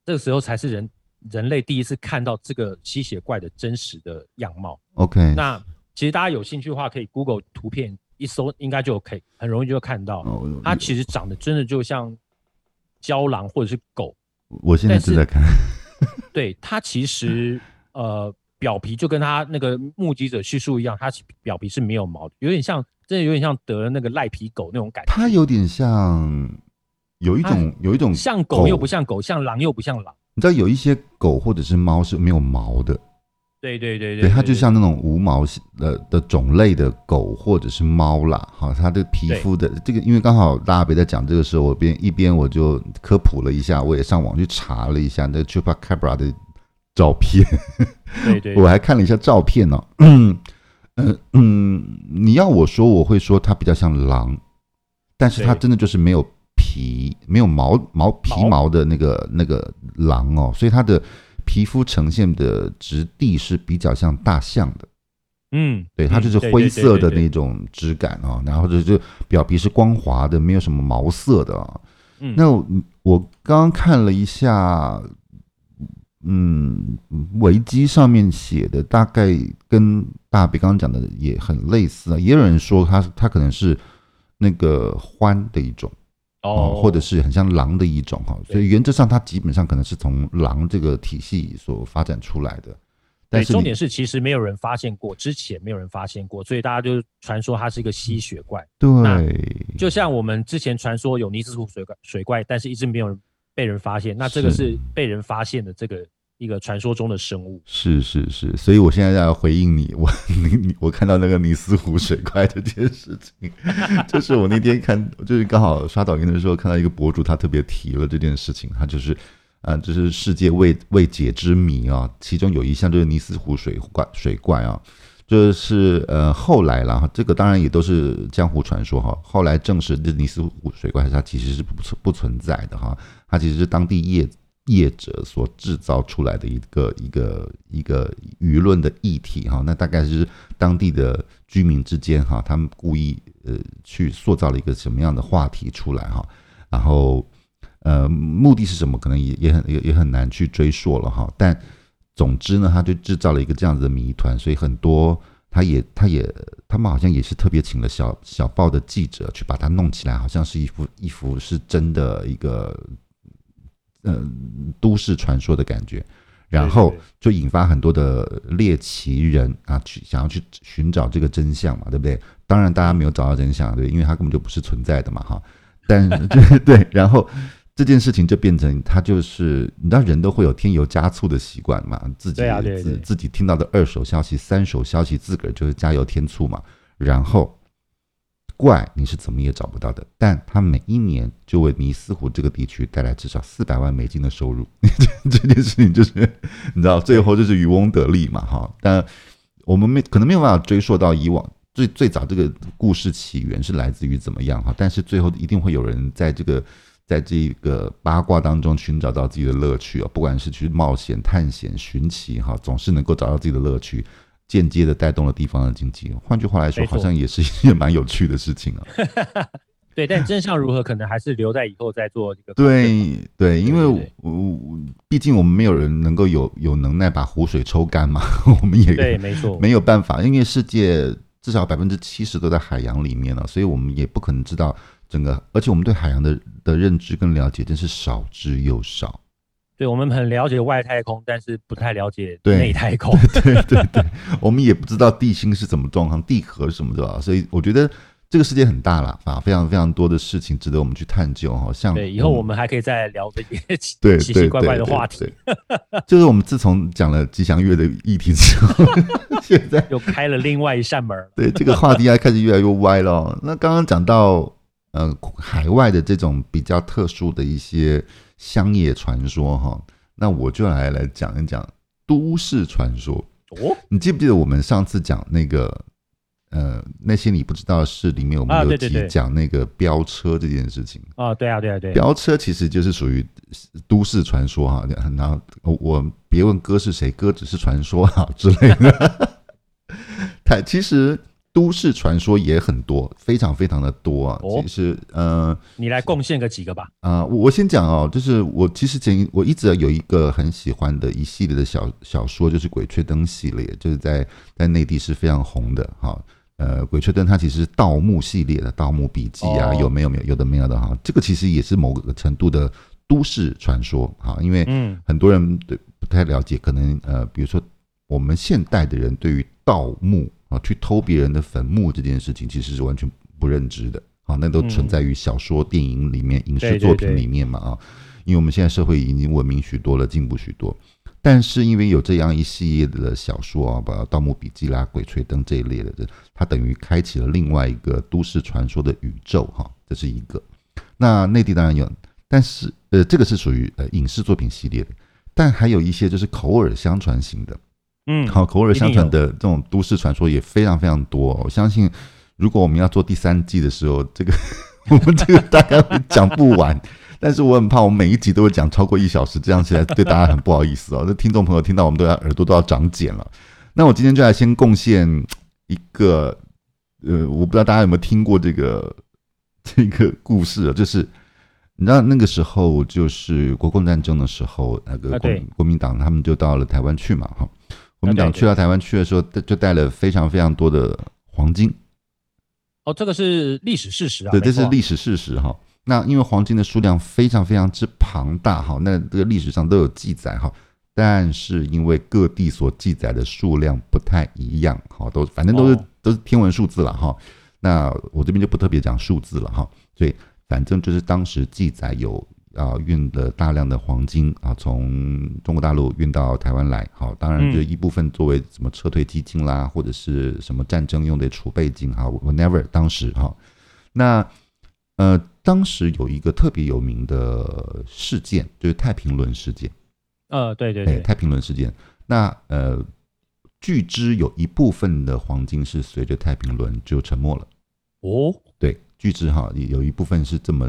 A: 这个时候才是人人类第一次看到这个吸血怪的真实的样貌。
B: OK，
A: 那其实大家有兴趣的话，可以 Google 图片一搜，应该就可以很容易就看到。
B: 哦
A: 它其实长得真的就像郊狼或者是狗，
B: 我现在正在看，
A: 对它其实呃表皮就跟它那个目击者叙述一样，它是表皮是没有毛的，有点像真的有点像得了那个赖皮狗那种感觉，
B: 它有点像，有一种有一种，
A: 像狗又不像狗，像狼又不像狼。
B: 你知道有一些狗或者是猫是没有毛的，
A: 对对对
B: 对，
A: 对，
B: 它就像那种无毛的的种类的狗或者是猫啦，好，它的皮肤的这个，因为刚好大家别在讲这个时候，我边一边我就科普了一下，我也上网去查了一下那个 chupacabra 的照片，
A: 对对
B: 我还看了一下照片呢、 嗯嗯，你要我说，我会说它比较像狼，但是它
A: 对
B: 真的就是没有皮、没有毛、毛皮
A: 毛
B: 毛的那个那个狼哦，所以它的皮肤呈现的质地是比较像大象的。
A: 嗯，
B: 对，它就是
A: 嗯
B: 灰色
A: 对对
B: 的，
A: 对对
B: 那种质感啊、然后就是表皮是光滑的，没有什么毛色的啊、
A: 嗯
B: 那我我刚刚看了一下，嗯，维基上面写的大概跟大比刚刚讲的也很类似啊，也有人说它它可能是那个獾的一种。
A: 哦，
B: 或者是很像狼的一种哈，
A: 对
B: 所以原则上它基本上可能是从狼这个体系所发展出来的。但
A: 对，
B: 是
A: 重
B: 你
A: 点是其实没有人发现过，之前没有人发现过，所以大家就传说它是一个吸血怪。那
B: 对，
A: 就像我们之前传说有尼斯湖水怪水怪，但是一直没有人被人发现，那这个
B: 是
A: 是被人发现的这个一个传说中的生物。
B: 是是是，所以我现在要回应你，我 你你我看到那个尼斯湖水怪这件事情， 就是我那天看，就是刚好刷抖音的时候看到一个博主，他特别提了这件事情，他就是，呃，这是世界未未解之谜啊，其中有一项就是尼斯湖水怪水怪啊，这是呃后来啦，这个当然也都是江湖传说哈，后来证实这尼斯湖水怪它其实是不存不存在的哈，它其实是当地业业者所制造出来的一个一个一个舆论的议题哈，那大概是当地的居民之间哈，他们故意呃去塑造了一个什么样的话题出来哈，然后呃目的是什么，可能也也很也也很难去追溯了哈，但总之呢，他就制造了一个这样子的谜团，所以很多他也他也他们好像也是特别请了小小报的记者去把它弄起来，好像是一幅一幅是真的一个呃都市传说的感觉，然后
A: 对对对
B: 就引发很多的猎奇人啊去想要去寻找这个真相嘛，对不对？当然大家没有找到真相，啊对，因为它根本就不是存在的嘛，哈。但 对对，然后这件事情就变成他就是，你知道人都会有添油加醋的习惯嘛，自己
A: 对啊对
B: 自
A: 对
B: 自己听到的二手消息、三手消息，自个儿就是加油添醋嘛。然后怪你是怎么也找不到的，但他每一年就为尼斯湖这个地区带来至少四百万美金的收入。 这件事情就是你知道，最后就是渔翁得利嘛，哈。但我们没可能没有办法追溯到以往最最早这个故事起源是来自于怎么样哈，但是最后一定会有人在这个在这个八卦当中寻找到自己的乐趣哦，不管是去冒险、探险、寻奇哈，总是能够找到自己的乐趣，间接的带动了地方的经济。换句话来说，
A: 没错
B: 好像也是一件蛮有趣的事情啊。
A: 对，但真相如何，可能还是留在以后再做这个。，
B: 对对，因为
A: 对
B: 我
A: 对
B: 我毕竟我们没有人能够有有能耐把湖水抽干嘛， 我们也
A: 对，没错，
B: 没有办法，因为世界至少百分之七十都在海洋里面了，所以我们也不可能知道整个，而且我们对海洋的的认知跟了解真是少之又少。
A: 对我们很了解外太空，但是不太了解
B: 对
A: 内太空。
B: 对对对，我们也不知道地心是怎么状况，地壳是什么的，所以我觉得这个世界很大了啊，非常非常多的事情值得我们去探究哈。像
A: 对，以后我
B: 们。
A: 们还可以再聊这些 奇
B: 对
A: 奇
B: 对
A: 奇怪
B: 对
A: 怪的
B: 对
A: 话题，
B: 对 就是我们自从讲了吉祥乐的议题之后， 现在
A: 又开了另外一扇门儿。
B: 对这个话题还开始越来越歪了 哦。那刚刚讲到，呃，海外的这种比较特殊的一些乡野传说哈，那我就来来讲一讲都市传说。
A: 哦
B: 你记不记得我们上次讲那个，呃，那些你不知道的事里面，我
A: 啊
B: 们有
A: 对对
B: 集
A: 对
B: 讲那个飙车这件事情。
A: 啊，对啊，对啊，对啊，
B: 飙车其实就是属于都市传说哈，然后我我别问哥是谁，哥只是传说哈之类的。 它其实都市传说也很多，非常非常的多啊。
A: 哦
B: 其实，呃
A: 你来贡献个几个吧。
B: 啊、我我先讲哦，就是我其实前一我一直有一个很喜欢的一系列的小小说，就是《鬼吹灯》系列，就是在在内地是非常红的哈。呃，《鬼吹灯》它其实是盗墓系列的，《盗墓笔记》啊，
A: 哦
B: 有没有没有有的没有的哈。这个其实也是某个程度的都市传说哈，因为
A: 嗯，
B: 很多人对不太了解，可能呃，比如说我们现代的人对于盗墓啊，去偷别人的坟墓这件事情，其实是完全不认知的啊，那都
A: 嗯
B: 存在于小说、电影里面、影视
A: 对对
B: 作品
A: 对
B: 里面嘛啊，因为我们现在社会已经文明许多了，进步许多。但是因为有这样一系列的小说啊，包括《盗墓笔记》啦、《鬼吹灯》这一类的，这它等于开启了另外一个都市传说的宇宙哈，这是一个。那内地当然有，但是呃，这个是属于呃影视作品系列的，但还有一些就是口耳相传型的。
A: 嗯，
B: 好，口耳相传
A: 一定
B: 的这种都市传说也非常非常多哦、我相信，如果我们要做第三季的时候，这个 我们这个大概会讲不完。 但是我很怕，我每一集都会讲超过一小时，这样起来对大家很不好意思哦。那 听众朋友听到我们都要耳朵都要长茧了。那我今天就来先贡献一个，呃，我不知道大家有没有听过这个 这个故事啊，就是你知道那个时候就是国共战争的时候，那个
A: 啊
B: 国民、
A: 对
B: 国民党他们就到了台湾去嘛，哈，国民
A: 啊
B: 党
A: 对对
B: 去到台湾去的时候，带就带了非常非常多的黄金，
A: 哦，这个是历史事实啊，
B: 对，
A: 没
B: 这
A: 错
B: 是
A: 啊
B: 历史事实哈。那因为黄金的数量非常非常之庞大哈，那这个历史上都有记载哈。但是因为各地所记载的数量不太一样，好，都反正都是、
A: 哦
B: 都是天文数字了哈。那我这边就不特别讲数字了哈，所以反正就是当时记载有啊运了大量的黄金啊，从中国大陆运到台湾来，好，当
A: 嗯
B: 然就一部分作为什么撤退基金啦，或者是什么战争用的储备金哈，whenever 当时哈，那呃当时有一个特别有名的事件，就是太平轮事件。
A: 呃，对对
B: 哎，
A: 对，
B: 太平轮事件。那呃，据知有一部分的黄金是随着太平轮就沉没了。
A: 哦，
B: 对，据知哈，有一部分是这么，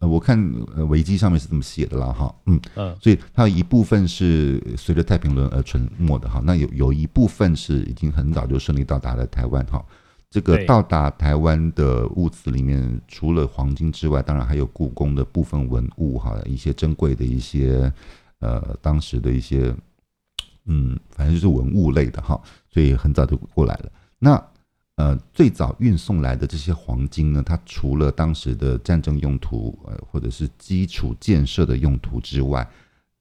B: 呃、我看呃维基上面是这么写的啦哈，嗯，
A: 嗯，
B: 所以它有一部分是随着太平轮而沉没的哈，那有有一部分是已经很早就顺利到达了台湾哈。这个
A: 对
B: 到达台湾的物资里面，除了黄金之外，当然还有故宫的部分文物哈，一些珍贵的一些呃当时的一些嗯，反正就是文物类的哈，所以很早就过来了。那呃，最早运送来的这些黄金呢，它除了当时的战争用途，呃，或者是基础建设的用途之外，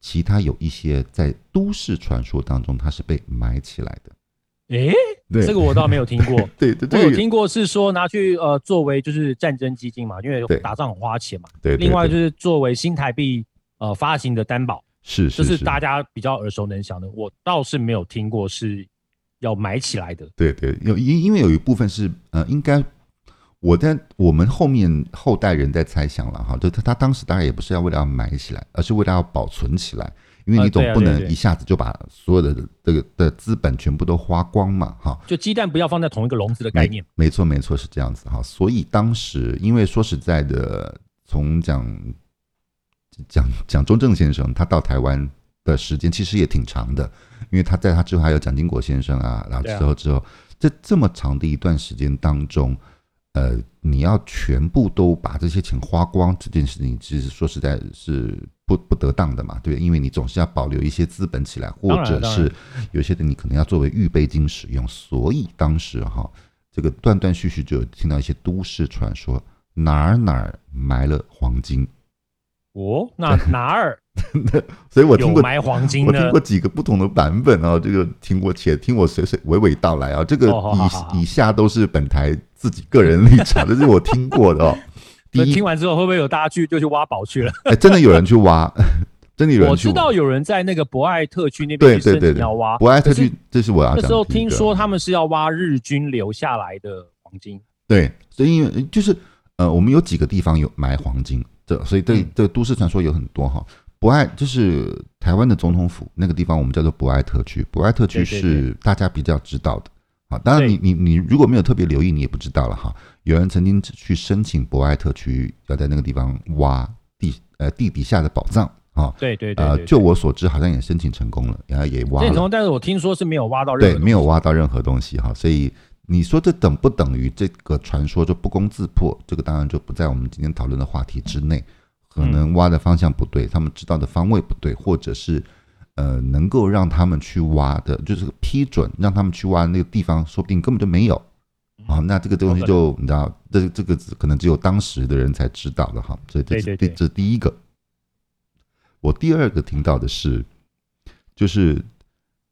B: 其他有一些在都市传说当中，它是被埋起来的。
A: 诶，
B: 对
A: 这个我倒没有听过，
B: 对对
A: 我
B: 对，
A: 有听过是说拿去呃作为就是战争基金嘛，因为
B: 对
A: 打仗很花钱嘛。
B: 对，对
A: 另外就
B: 对
A: 是作为新台币呃发行的担保，
B: 是
A: 这
B: 是
A: 是大家比较耳熟能详的。我倒是没有听过是要买起来的。
B: 对对，有因因为有一部分是呃，应该我在我们后面后代人在猜想了哈，就他他当时当然也不是要为了要埋起来，而是为了要保存起来，因因
A: 啊
B: 为你总
A: 对啊
B: 不
A: 对啊
B: 能
A: 对
B: 一下子就把所有的这个的资本全部都花光嘛，哈。
A: 就鸡蛋不要放在同一个笼子的概念。
B: 没错，没错，是这样子哈。所以当时，因为说实在的，从蒋蒋蒋中正先生他到台湾的时间其实也挺长的，因为他在他之后还有蒋经国先生啊，然后
A: 对啊
B: 之后之后，在这么长的一段时间当中，呃，你要全部都把这些钱花光，这件事情其实说实在是不不得当的嘛，对，因为你总是要保留一些资本起来，或
A: 当然
B: 者
A: 当然
B: 是有些的你可能要作为预备金使用，所以当时哈、这个断断续续就有听到一些都市传说，哪儿哪儿埋了黄金，
A: 哦，那哪儿
B: 所以我
A: 有
B: 听过
A: 埋黄金
B: 我
A: 呢
B: 听？过几个不同的版本哦，这个听我且听我娓娓娓娓道来啊、这个以、
A: 哦好好好好
B: 以下都是本台自己个人立场，这是我听过 的哦。第
A: 所以
B: 一
A: 听，完之后，会不会有大家去就去挖宝去了？
B: 哎，真的有人去挖， 真的有人
A: 我
B: 去
A: 知
B: 挖。
A: 道有人在那个博爱特区那
B: 对
A: 边去
B: 对
A: 申
B: 对
A: 请
B: 对
A: 要挖，
B: 博爱特
A: 可是
B: 区，这是我要讲
A: 那
B: 的
A: 时候
B: 第一
A: 听
B: 个
A: 说他们是要挖日军留下来的黄金，
B: 对，所以因为就是呃，我们有几个地方有埋黄金，这所以对
A: 嗯
B: 这个都市传说有很多哈。博爱就是台湾的总统府那个地方，我们叫做博爱特区。博爱特区
A: 对对对
B: 是大家比较知道的。好，当然你你你如果没有特别留意，你也不知道了哈。有人曾经去申请博爱特区，要在那个地方挖地呃地底下的宝藏啊。
A: 对对对
B: 呃，
A: 对。
B: 就我所知，好像也申请成功了，然后也挖
A: 那
B: 了
A: 你。从但是我听说是没有挖到任
B: 对，
A: 何
B: 没有挖到任何东西哈，所以你说这等不等于这个传说就不攻自破？这个当然就不在我们今天讨论的话题之内，可能挖的方向不对，他们知道的方位不对，或者是呃能够让他们去挖的，就是批准让他们去挖的那个地方，说不定根本就没有。啊，那这个东西
A: 哦
B: 就你知道，这这个只可能只有当时的人才知道的哈，所以这
A: 对
B: 是
A: 对
B: 第
A: 对
B: 这是第一个。我第二个听到的是，就是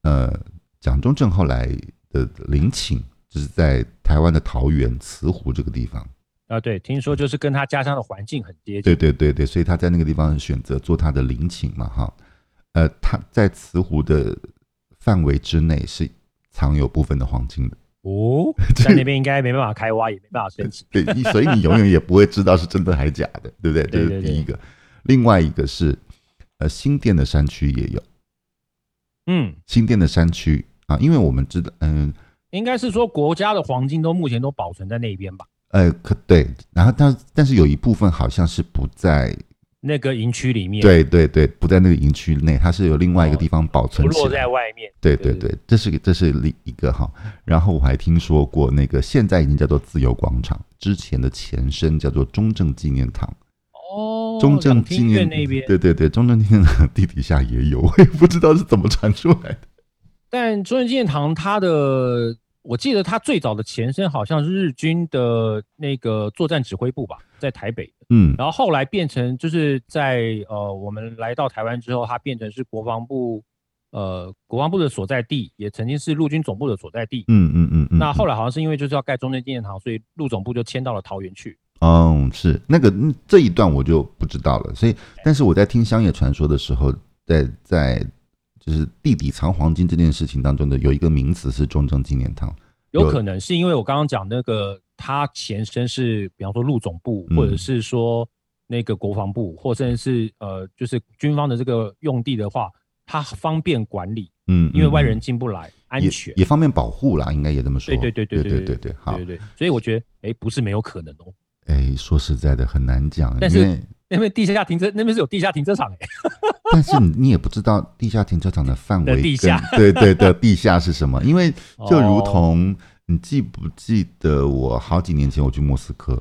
B: 呃，蒋中正后来的陵寝就是在台湾的桃园慈湖这个地方。
A: 啊，对，听说就是跟他家乡的环境很接近。
B: 对对对对，所以他在那个地方选择做他的陵寝嘛，哈。呃，他在慈湖的范围之内是藏有部分的黄金的。
A: 哦，在那边应该没办法开挖，也没办法申请。
B: 对，你所以你永远也不会知道是真的还假的，对不对？这
A: 对
B: 是
A: 对
B: 第一个。另外一个是，呃，新店的山区也有
A: 嗯，
B: 新店的山区啊，因为我们知道，嗯
A: 应该是说国家的黄金都目前都保存在那边吧，
B: 呃，可对，然后但但是有一部分好像是不在，
A: 那个营区里面，，
B: 对对对，不在那个营区内，它是有另外一个地方保
A: 不
B: 存起
A: 哦落
B: 来
A: 在。外面。
B: 对对对，这是这是另一个哈。然后我还听说过那个现在已经叫做自由广场，之前的前身叫做中正纪念堂。
A: 哦，
B: 中正
A: 两
B: 纪
A: 厅
B: 念
A: 院那边，
B: 对对对，中正纪念堂地底下也有，我也不知道是怎么传出来的。
A: 但中正纪念堂它的，我记得它最早的前身好像是日军的那个作战指挥部吧，在台北，
B: 嗯，
A: 然后后来变成就是在呃我们来到台湾之后，它变成是国防部呃国防部的所在地，也曾经是陆军总部的所在地。
B: 嗯嗯嗯嗯。
A: 那后来好像是因为就是要盖中正纪念堂，所以陆总部就迁到了桃园去。
B: 嗯是那个嗯这一段我就不知道了，所以但是我在听乡野传说的时候，在在就是地底藏黄金这件事情当中的有一个名词是中正纪念堂。
A: 有
B: 有
A: 可能是因为我刚刚讲那个，它前身是比方说陆总部，
B: 嗯
A: 或者是说那个国防部，或甚至是呃就是军方的这个用地的话，它方便管理，
B: 嗯，
A: 因为外
B: 嗯
A: 人进不来，安
B: 也
A: 全。
B: 也方便保护啦，应该也这么说。
A: 对对对对
B: 对对
A: 对
B: 对
A: 对
B: 对，好
A: 对。对对，所以我觉得哎不是没有可能哦。
B: 哎，说实在的很难讲，
A: 但
B: 因
A: 是
B: 为
A: 那边地下停车，那边是有地下停车场哎、
B: 但是你你也不知道地下停车场的范围
A: 的地下
B: 跟，对对的地下是什么？因为就如
A: 哦
B: 同你记不记得我好几年前我去莫斯科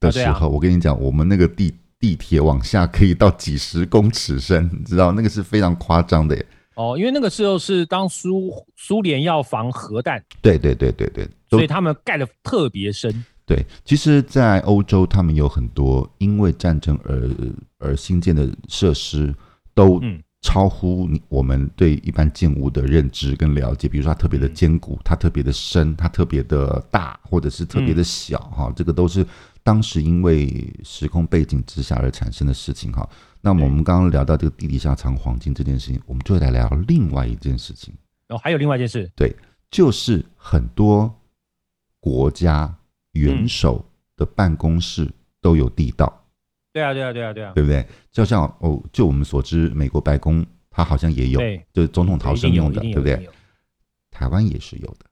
B: 的
A: 啊对
B: 时
A: 啊
B: 候，我跟你讲，我们那个地地铁往下可以到几十公尺深，你知道那个是非常夸张的耶。
A: 哦，因为那个时候是当苏苏联要防核弹，
B: 对对对对对，都
A: 所以他们盖的特别深。
B: 对，其实，在欧洲，他们有很多因为战争而而新建的设施，都
A: 嗯
B: 超乎你我们对一般建物的认知跟了解。比如说，它特别的坚固，它特别的深，它特别的大，或者是特别的小，哈、这个都是当时因为时空背景之下而产生的事情，哈。那么我们刚刚聊到这个地底下藏黄金这件事情，我们就来聊另外一件事情。
A: 然后哦还有另外一件事，
B: 就是很多国家元首的办公室都有地道，
A: 对啊对啊对啊对啊，
B: 对不对？就像哦，就我们所知，美国白宫他好像也有，
A: 对，
B: 就是总统逃
A: 一定
B: 生
A: 有
B: 用的，
A: 一定
B: 对
A: 有
B: 不？
A: 一定
B: 对？
A: 有
B: 台湾也是有的，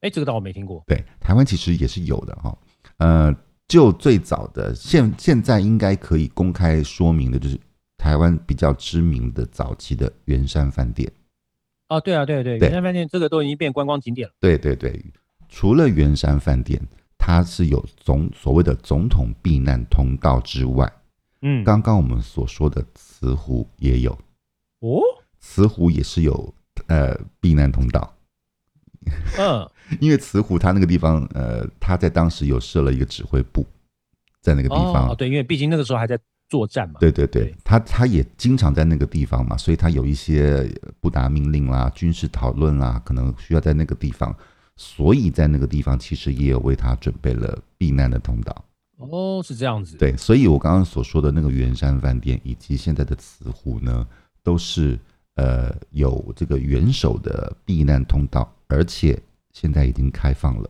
A: 哎，这个倒我没听过。
B: 对，台湾其实也是有的哈、呃，就最早的现现在应该可以公开说明的，就是台湾比较知名的早期的圆山饭店。
A: 哦，对啊，对啊对啊，
B: 对
A: 圆山饭店这个都已经变观光景点了。
B: 对对对，除了圆山饭店，它是有总所谓的总统避难通道之外，
A: 嗯，
B: 刚刚我们所说的慈湖也有，
A: 哦，
B: 慈湖也是有呃避难通道，
A: 嗯，
B: 因为慈湖它那个地方呃，它在当时有设了一个指挥部，在那个地方。
A: 哦哦，对，因为毕竟那个时候还在作战嘛。
B: 对对对
A: 对，
B: 他他也经常在那个地方嘛，所以他有一些不达命令啦、军事讨论啦，可能需要在那个地方，所以在那个地方其实也有为他准备了避难的通道。
A: 哦，是这样子。，
B: 对，所以我刚刚所说的那个圆山饭店以及现在的慈湖呢，都是呃有这个元首的避难通道，而且现在已经开放了。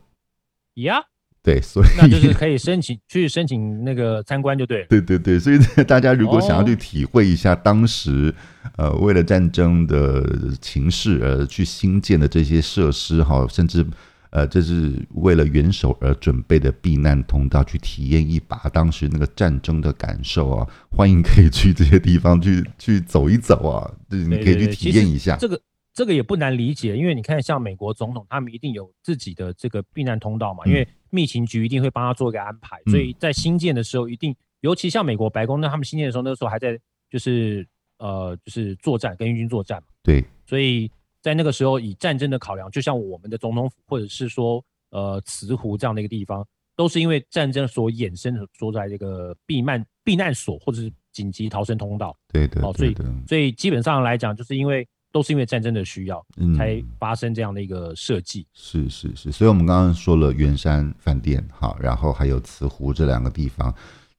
A: 呀，
B: 对，所以
A: 那就是可以申请去申请那个参观就对了。
B: 对对对，所以 大家如果想要
A: 哦
B: 去体会一下当时，呃，为了战争的情势而去新建的这些设施哈，甚至呃，这是为了元首而准备的避难通道，去体验一把当时那个战争的感受啊，欢迎可以去这些地方去去走一走啊，就是你
A: 对
B: 可以
A: 对
B: 去
A: 对
B: 体
A: 其实
B: 验一下。
A: 这个这个也不难理解，因为你看，像美国总统他们一定有自己的这个避难通道嘛，
B: 嗯
A: 因为密情局一定会帮他做一个安排，
B: 嗯
A: 所以在新建的时候一定，尤其像美国白宫，那他们新建的时候，那时候还在就是呃就是作战跟英军作战嘛，
B: 对，
A: 所以在那个时候以战争的考量，就像我们的总统府或者是说呃慈湖这样的一个地方，都是因为战争所衍生的所在这个避难避难所或者是紧急逃生通道，
B: 对对
A: 哦所
B: 对
A: 以
B: 对，
A: 所以基本上来讲，就是因为都是因为战争的需要。
B: 嗯，
A: 才发生这样的一个设计。
B: 是是是，所以我们刚刚说了圆山饭店，好，然后还有慈湖这两个地方，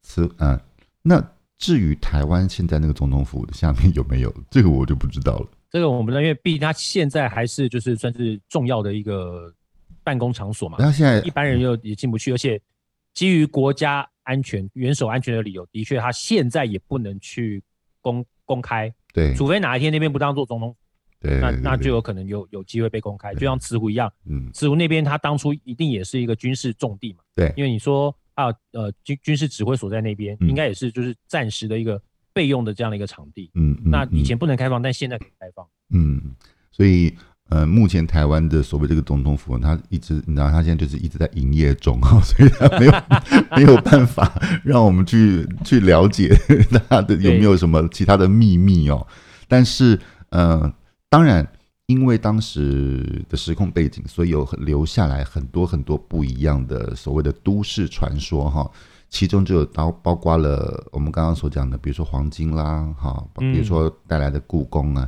B: 慈嗯、那至于台湾现在那个总统府的下面有没有，这个我就不知道了。
A: 这个我们呢，因为毕竟它现在还是就是算是重要的一个办公场所嘛，
B: 那现在
A: 一般人又也进不去，而且基于国家安全、元首安全的理由，的确他现在也不能去公公开，
B: 对
A: 除非哪一天那边不当做总统，
B: 对，
A: 那
B: 对
A: 那
B: 对
A: 就有可能有有机会被公开，就像慈湖一样，
B: 嗯
A: 慈湖那边它当初一定也是一个军事重地嘛，
B: 对
A: 因为你说啊呃军军事指挥所在那边，
B: 嗯
A: 应该也是就是暂时的一个备用的这样的一个场地，
B: 嗯嗯，
A: 那以
B: 嗯
A: 前不能开放，但现在可以开放。
B: 嗯，所以呃，目前台湾的所谓这个总统府，它一直，你知道，它现在就是一直在营业中 哈，所以它没有没有办法让我们去去了解它的有
A: 对
B: 没有什么其他的秘密哦。但是呃，当然，因为当时的时空背景，所以有很留下来很多很多不一样的所谓的都市传说哈。其中就有包包括了我们刚刚所讲的，比如说黄金啦，哈，比如
A: 嗯
B: 说带来的故宫啊，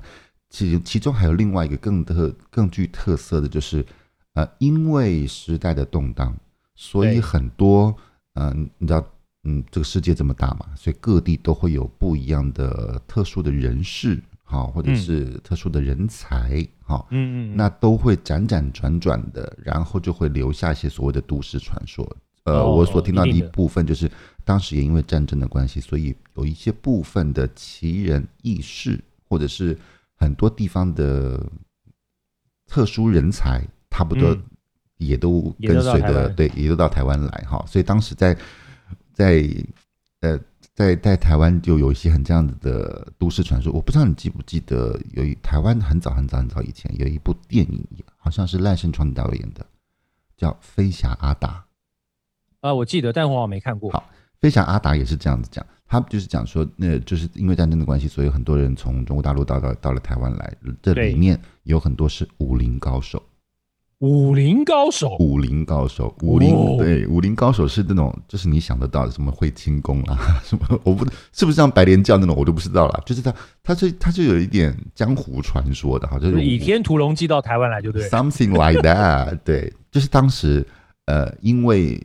B: 其其中还有另外一个更特更具特色的就是，呃，因为时代的动荡，所以
A: 对
B: 很多，嗯、你知道，嗯，这个世界这么大嘛，所以各地都会有不一样的特殊的人士，好，或者
A: 嗯
B: 是特殊的人才，好、
A: 嗯
B: 那都会辗辗转转的，然后就会留下一些所谓的都市传说。呃，
A: 哦
B: 我所听到的
A: 一
B: 一
A: 定的
B: 部分就是，当时也因为战争的关系，所以有一些部分的奇人异事，或者是很多地方的特殊人才，差不多
A: 嗯
B: 也都
A: 也
B: 跟
A: 都到
B: 随
A: 台
B: 的，
A: 湾
B: 对，也都到台湾来哈。所以当时在在呃在在台湾就有一些很这样子的都市传说，我不知道你记不记得，有一台湾很早很早很早以前有一部电影，好像是赖声川导演的，叫《飞侠阿达》。
A: 啊，我记得，但我好像没看过。
B: 好飞侠阿达也是这样子讲，他就是讲说，那、就是因为战争的关系，所以很多人从中国大陆到到到了台湾来，这里
A: 对
B: 面有很多是武林高手。
A: 武林高手，
B: 武林高手，武林、
A: 哦
B: 对武林高手是那种，就是你想得到的什么会轻功啊， 什么我不是不是像白莲教那种，我就不知道了。就是他，他是他就有一点江湖传说的哈，就
A: 就是是倚天屠龙记到台湾来，就对了。
B: something like that，对，就是当时呃，因为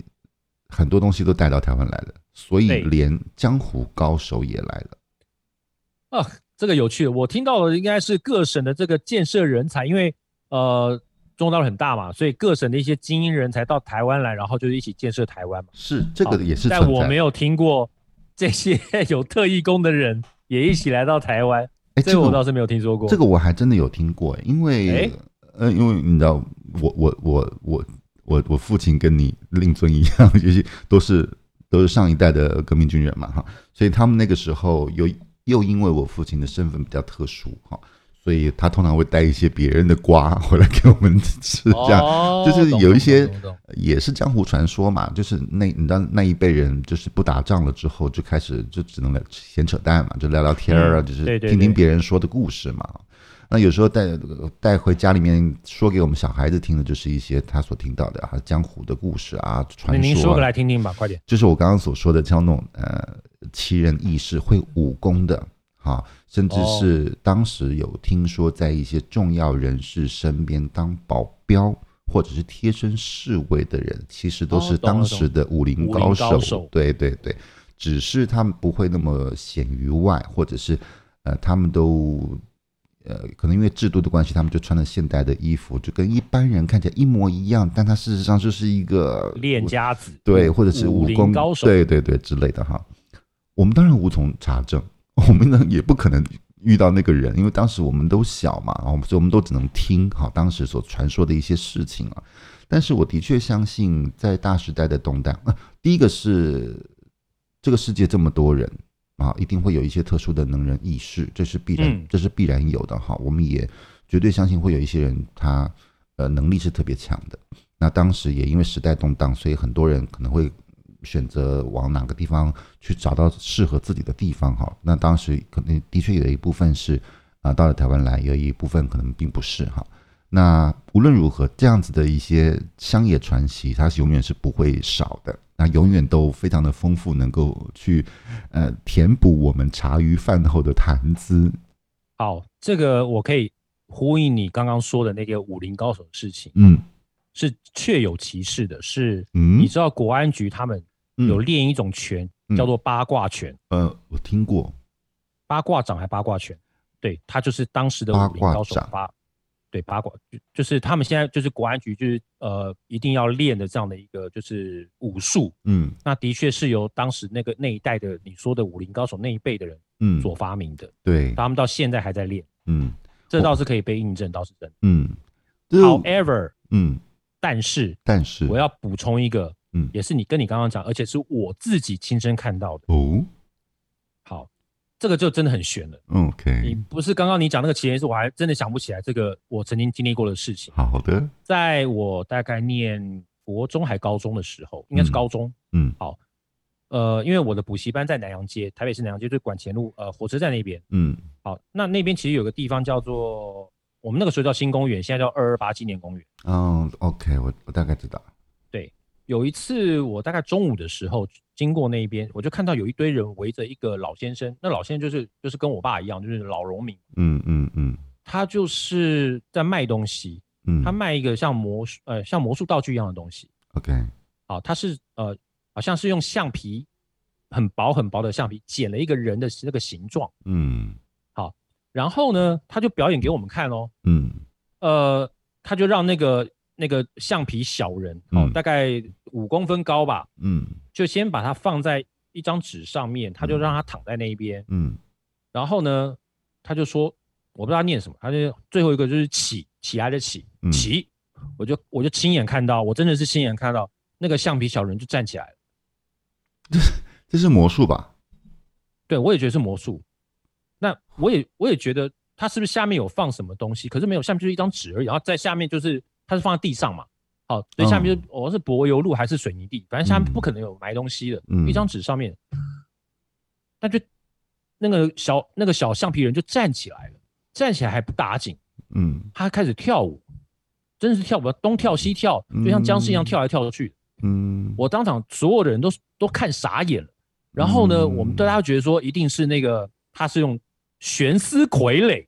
B: 很多东西都带到台湾来了，所以
A: 对
B: 连江湖高手也来了。
A: 啊，这个有趣的，我听到的应该是各省的这个建设人才，因为呃，中国大陆很大嘛，所以各省的一些精英人才到台湾来，然后就是一起建设台湾嘛。
B: 是这个
A: 好
B: 也是
A: 哦
B: 存
A: 但我
B: 在
A: 没
B: 的，
A: 有听过这些有特异功的人也一起来到台湾，
B: 哎，
A: 这个我
B: 个
A: 倒是没有听说过。
B: 这个我还真的有听过，因为
A: 哎
B: 呃，因为你知道，我我我我我我父亲跟你令尊一样， 就是都是都是上一代的革命军人嘛哈，所以他们那个时候又又因为我父亲的身份比较特殊哈，所以他通常会带一些别人的瓜回来给我们吃，这样、
A: 哦
B: 就是
A: 懂
B: 有一
A: 懂
B: 些
A: 懂懂懂
B: 也是江湖传说嘛，就是那你知道那一辈人就是不打仗了之后就开始就只能来闲扯淡嘛，就聊聊天儿啊，
A: 嗯
B: 就是
A: 对对
B: 听听
A: 对
B: 别人说的故事嘛。那有时候带带回家里面说给我们小孩子听的，就是一些他所听到的啊，江湖的故事啊，
A: 那
B: 传
A: 您
B: 说、
A: 说个
B: 啊，
A: 来听听吧，快点。
B: 就是我刚刚所说的像那种呃奇人异事、会武功的。啊，甚至
A: 哦
B: 是当时有听说，在一些重要人士身边当保镖或者是贴身侍卫的人，其实都
A: 哦
B: 是
A: 懂了
B: 当时的武林
A: 武林
B: 高手。
A: 高手
B: 对对对，只是他们不会那么显于外，或者是呃，他们都呃，可能因为制度的关系，他们就穿了现代的衣服，就跟一般人看起来一模一样，但他事实上就是一个
A: 练家子
B: 对，或者是
A: 嗯武
B: 武
A: 林
B: 功
A: 高手
B: 对对对之类的哈。我们当然无从查证，我们呢也不可能遇到那个人，因为当时我们都小嘛，然后所以我们都只能听哈当时所传说的一些事情啊。但是我的确相信，在大时代的动荡，啊、第一个是这个世界这么多人啊，一定会有一些特殊的能人异士，这是必然，
A: 嗯
B: 这是必然有的哈。我们也绝对相信会有一些人他呃能力是特别强的。那当时也因为时代动荡，所以很多人可能会选择往哪个地方去找到适合自己的地方哈。那当时可能的确有一部分是啊、到了台湾来，有一部分可能并不是哈。那无论如何，这样子的一些乡野传奇，它是永远是不会少的，那永远都非常的丰富，能够去呃填补我们茶余饭后的谈资。
A: 好，这个我可以呼应你刚刚说的那个武林高手的事情，
B: 嗯
A: 是确有其事的。是，
B: 嗯
A: 你，知道国安局他们有练一种拳，
B: 嗯
A: 叫做八卦拳，
B: 呃，我听过，
A: 八卦掌还八卦拳，对，他就是当时的
B: 八
A: 武林
B: 卦
A: 高手
B: 掌
A: 八，对八卦就就是他们现在就是国安局就是呃一定要练的这样的一个就是武术，
B: 嗯
A: 那的确是由当时那个那一代的你说的武林高手那一辈的人
B: 嗯，
A: 所发明的，
B: 对，
A: 他们到现在还在练，
B: 嗯
A: 这倒是可以被印证，倒是真的。
B: 嗯，就
A: However，
B: 嗯，
A: 但是
B: 但是
A: 我要补充一个，
B: 嗯
A: 也是你跟你刚刚讲，而且是我自己亲身看到的。
B: 哦
A: 好，这个就真的很悬了。你
B: ，OK，
A: 不是刚刚你讲那个奇人异事，我还真的想不起来这个我曾经经历过的事情。
B: 好的，
A: 在我大概念国中还高中的时候，应该是
B: 嗯
A: 高中，
B: 嗯
A: 呃，因为我的补习班在南洋街，台北市南洋街，就是管前路呃火车站那边。
B: 嗯
A: 好，那那边其实有个地方叫做我们那个时候叫新公园，现在叫二二八纪念公园。
B: 哦，OK，我我大概知道，
A: 有一次，我大概中午的时候经过那边，我就看到有一堆人围着一个老先生。那老先生就是就是跟我爸一样，就是老农民，
B: 嗯嗯嗯
A: 他就是在卖东西，
B: 嗯，
A: 他卖一个像魔术呃像魔术道具一样的东西。
B: OK，
A: 好、他是呃好像是用橡皮很薄很薄的橡皮剪了一个人的那个形状，
B: 嗯
A: 然后呢，他就表演给我们看哦。
B: 嗯
A: 呃，他就让那个那个橡皮小人，哦，
B: 嗯
A: 大概五公分高吧，
B: 嗯
A: 就先把它放在一张纸上面，他就让他躺在那一边，
B: 嗯
A: 然后呢，他就说，我不知道他念什么，他就最后一个就是起起来的起
B: 嗯
A: 起，我就我就亲眼看到，我真的是亲眼看到那个橡皮小人就站起来了，
B: 这是魔术吧？
A: 对我也觉得是魔术，那我也我也觉得他是不是下面有放什么东西，可是没有，下面就是一张纸而已，然后在下面就是它是放在地上嘛。好，所以下面就我、是柏油路还是水泥地，反正下面
B: 嗯
A: 不可能有埋东西的，
B: 嗯
A: 一张纸上面，那就那个小那个小橡皮人就站起来了，站起来还不打紧，
B: 嗯
A: 他开始跳舞，真的是跳舞，东跳西跳，就像僵尸一样
B: 嗯
A: 跳来跳去。
B: 嗯，
A: 我当场所有的人都都看傻眼了。然后呢，
B: 嗯
A: 我们大家觉得说一定是那个他是用悬丝傀儡，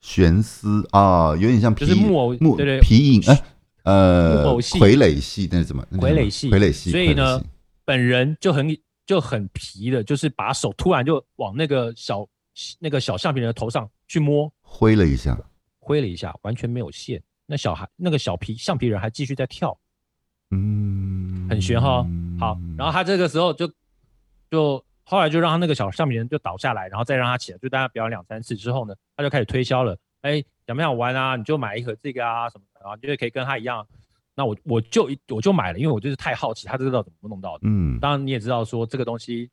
B: 悬丝啊，有点像皮
A: 就是木偶
B: 木
A: 对对
B: 皮影哎呃
A: 木偶戏
B: 傀儡戏那是怎么那叫
A: 傀
B: 什
A: 儡
B: 么
A: 戏
B: 傀儡戏，
A: 所以呢
B: 傀儡戏，
A: 本人就很就很皮的，就是把手突然就往那个小那个小橡皮人的头上去摸，
B: 挥了一下，
A: 挥了一下，完全没有线。那小孩那个小皮橡皮人还继续在跳，
B: 嗯，
A: 很悬哈好，然后他这个时候就就后来就让他那个小橡皮人就倒下来，然后再让他起来，就大家表演两三次之后呢，他就开始推销了。哎，想不想玩啊？你就买一盒这个啊什么的，然后你就可以跟他一样。那我我就一我就买了，因为我就是太好奇他这个到底怎么弄到的。
B: 嗯，
A: 当然你也知道说这个东西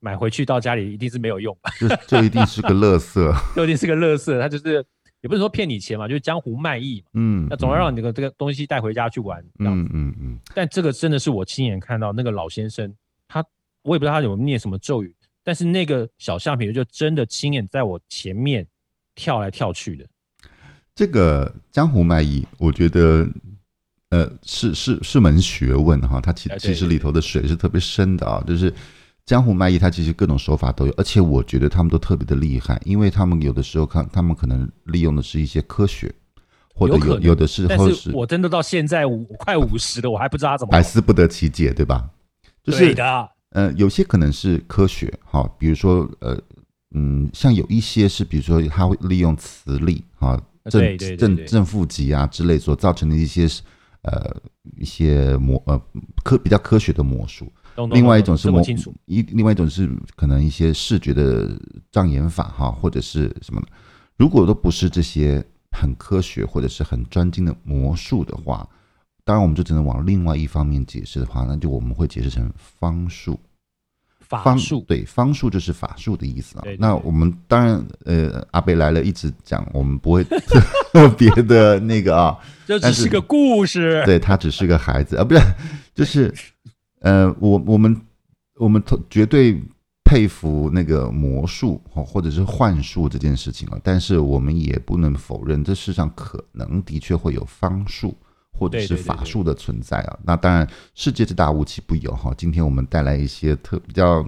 A: 买回去到家里一定是没有用，
B: 就就一定是个乐色，
A: 就一定是个乐色，他就是也不是说骗你钱嘛，就是江湖卖艺嘛。
B: 嗯，
A: 那总要让你这个这个东西带回家去玩这样子。
B: 嗯嗯嗯，
A: 但这个真的是我亲眼看到那个老先生，他我也不知道他有念什么咒语，但是那个小橡皮人就真的亲眼在我前面跳来跳去的。
B: 这个江湖卖艺，我觉得，呃，是是是门学问哈，它其
A: 哎对
B: 其实里头的水是特别深的啊，就是。江湖卖艺，它其实各种手法都有，而且我觉得他们都特别的厉害，因为他们有的时候看，他们可能利用的是一些科学，或者
A: 有可
B: 有
A: 能
B: 有的时
A: 但
B: 候
A: 是我真的到现在五快五十了，我还不知道他怎么
B: 百
A: 玩。
B: 思不得其解，对吧？就是
A: 对的，
B: 呃，有些可能是科学，哈，比如说呃，嗯，像有一些是，比如说它会利用磁力，哈，
A: 对
B: 正
A: 对对对
B: 正正负极啊之类所造成的一些呃一些魔呃科比较科学的魔术，
A: 懂懂懂
B: 另外一种是
A: 这么
B: 魔
A: 清楚，
B: 一另外一种是可能一些视觉的障眼法哈，或者是什么的。如果都不是这些很科学或者是很专精的魔术的话，当然我们就只能往另外一方面解释的话，那就我们会解释成方术。
A: 法
B: 方
A: 术
B: 对方术就是法术的意思啊
A: 对对。
B: 那
A: 对
B: 我们当然呃，阿贝来了一直讲，我们不会 特别的那个啊，
A: 这
B: 但
A: 只
B: 是
A: 是个故事。
B: 对他只是个孩子啊，不是， 就是呃，我我们我们特绝对佩服那个魔术哦或者是幻术这件事情啊，但是我们也不能否认，这世上可能的确会有方术。或者
A: 对
B: 是
A: 对对
B: 法
A: 对
B: 术的存在啊，那当然，世界之大无奇不有哈。今天我们带来一些特比较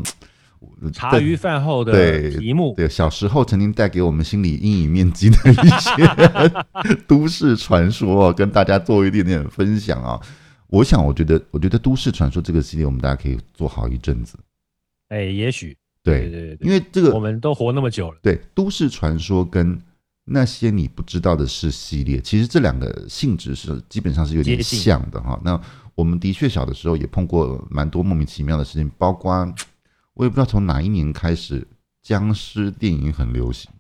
A: 茶余饭后的
B: 对
A: 题目，
B: 对，小时候曾经带给我们心理阴影面积的一 些都市传说、哦，跟大家做一点点分享啊、我想，我觉得，我觉得都市传说这个系列，我们大家可以做好一阵子。
A: 哎，也许对
B: 对，
A: 对对，
B: 因为这
A: 我
B: 个
A: 们都活那么久了，
B: 对都市传说跟那些你不知道的事系列，其实这两个性质是基本上是有点
A: 接近
B: 像的哈、那我们的确小的时候也碰过蛮多莫名其妙的事情，包括我也不知道从哪一年开始，僵尸电影很流行。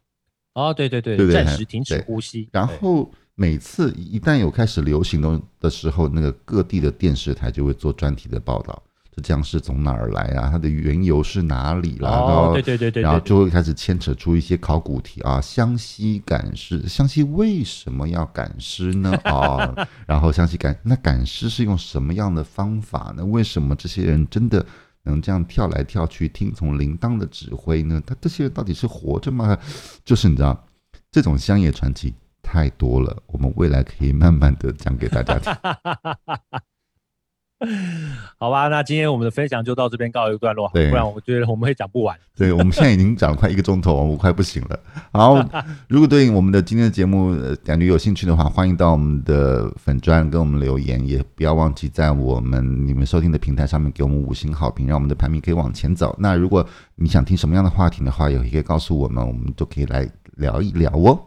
A: 哦，对对对
B: 对，对
A: 暂
B: 还
A: 时停止
B: 对
A: 呼吸，
B: 然
A: 对
B: 后每次一旦有开始流行的的时候，那个各地的电视台就会做专题的报道，这僵尸从哪儿来啊？它的缘由是哪里啦、然
A: 哦，
B: 后
A: 对对对对，
B: 然后
A: 对
B: 就会开始牵扯出一些考古题啊，湘西赶尸，湘西为什么要赶尸呢？ 啊、然后湘西赶那赶尸是用什么样的方法呢？为什么这些人真的能这样跳来跳去，听从铃铛的指挥呢？他这些人到底是活着吗？就是你知道，这种乡野传奇太多了，我们未来可以慢慢的讲给大家听。
A: 好吧，那今天我们的分享就到这边告一个段落，不
B: 对
A: 然我觉得我们会讲不完。
B: 对，我们现在已经讲了快一个钟头，我快不行 了。好，如果对我们的今天的节目呃感觉有兴趣的话，欢迎到我们的粉专跟我们留言，也不要忘记在我们你们收听的平台上面给我们五星好评，让我们的排名可以往前走。那如果你想听什么样的话题的话，也可以告诉我们，我们就可以来聊一聊哦。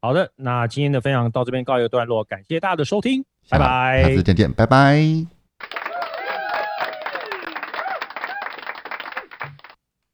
A: 好的，那今天的分享到这边告一个段落，感谢大家的收听，拜
B: 下
A: 拜
B: 次。再见，拜拜。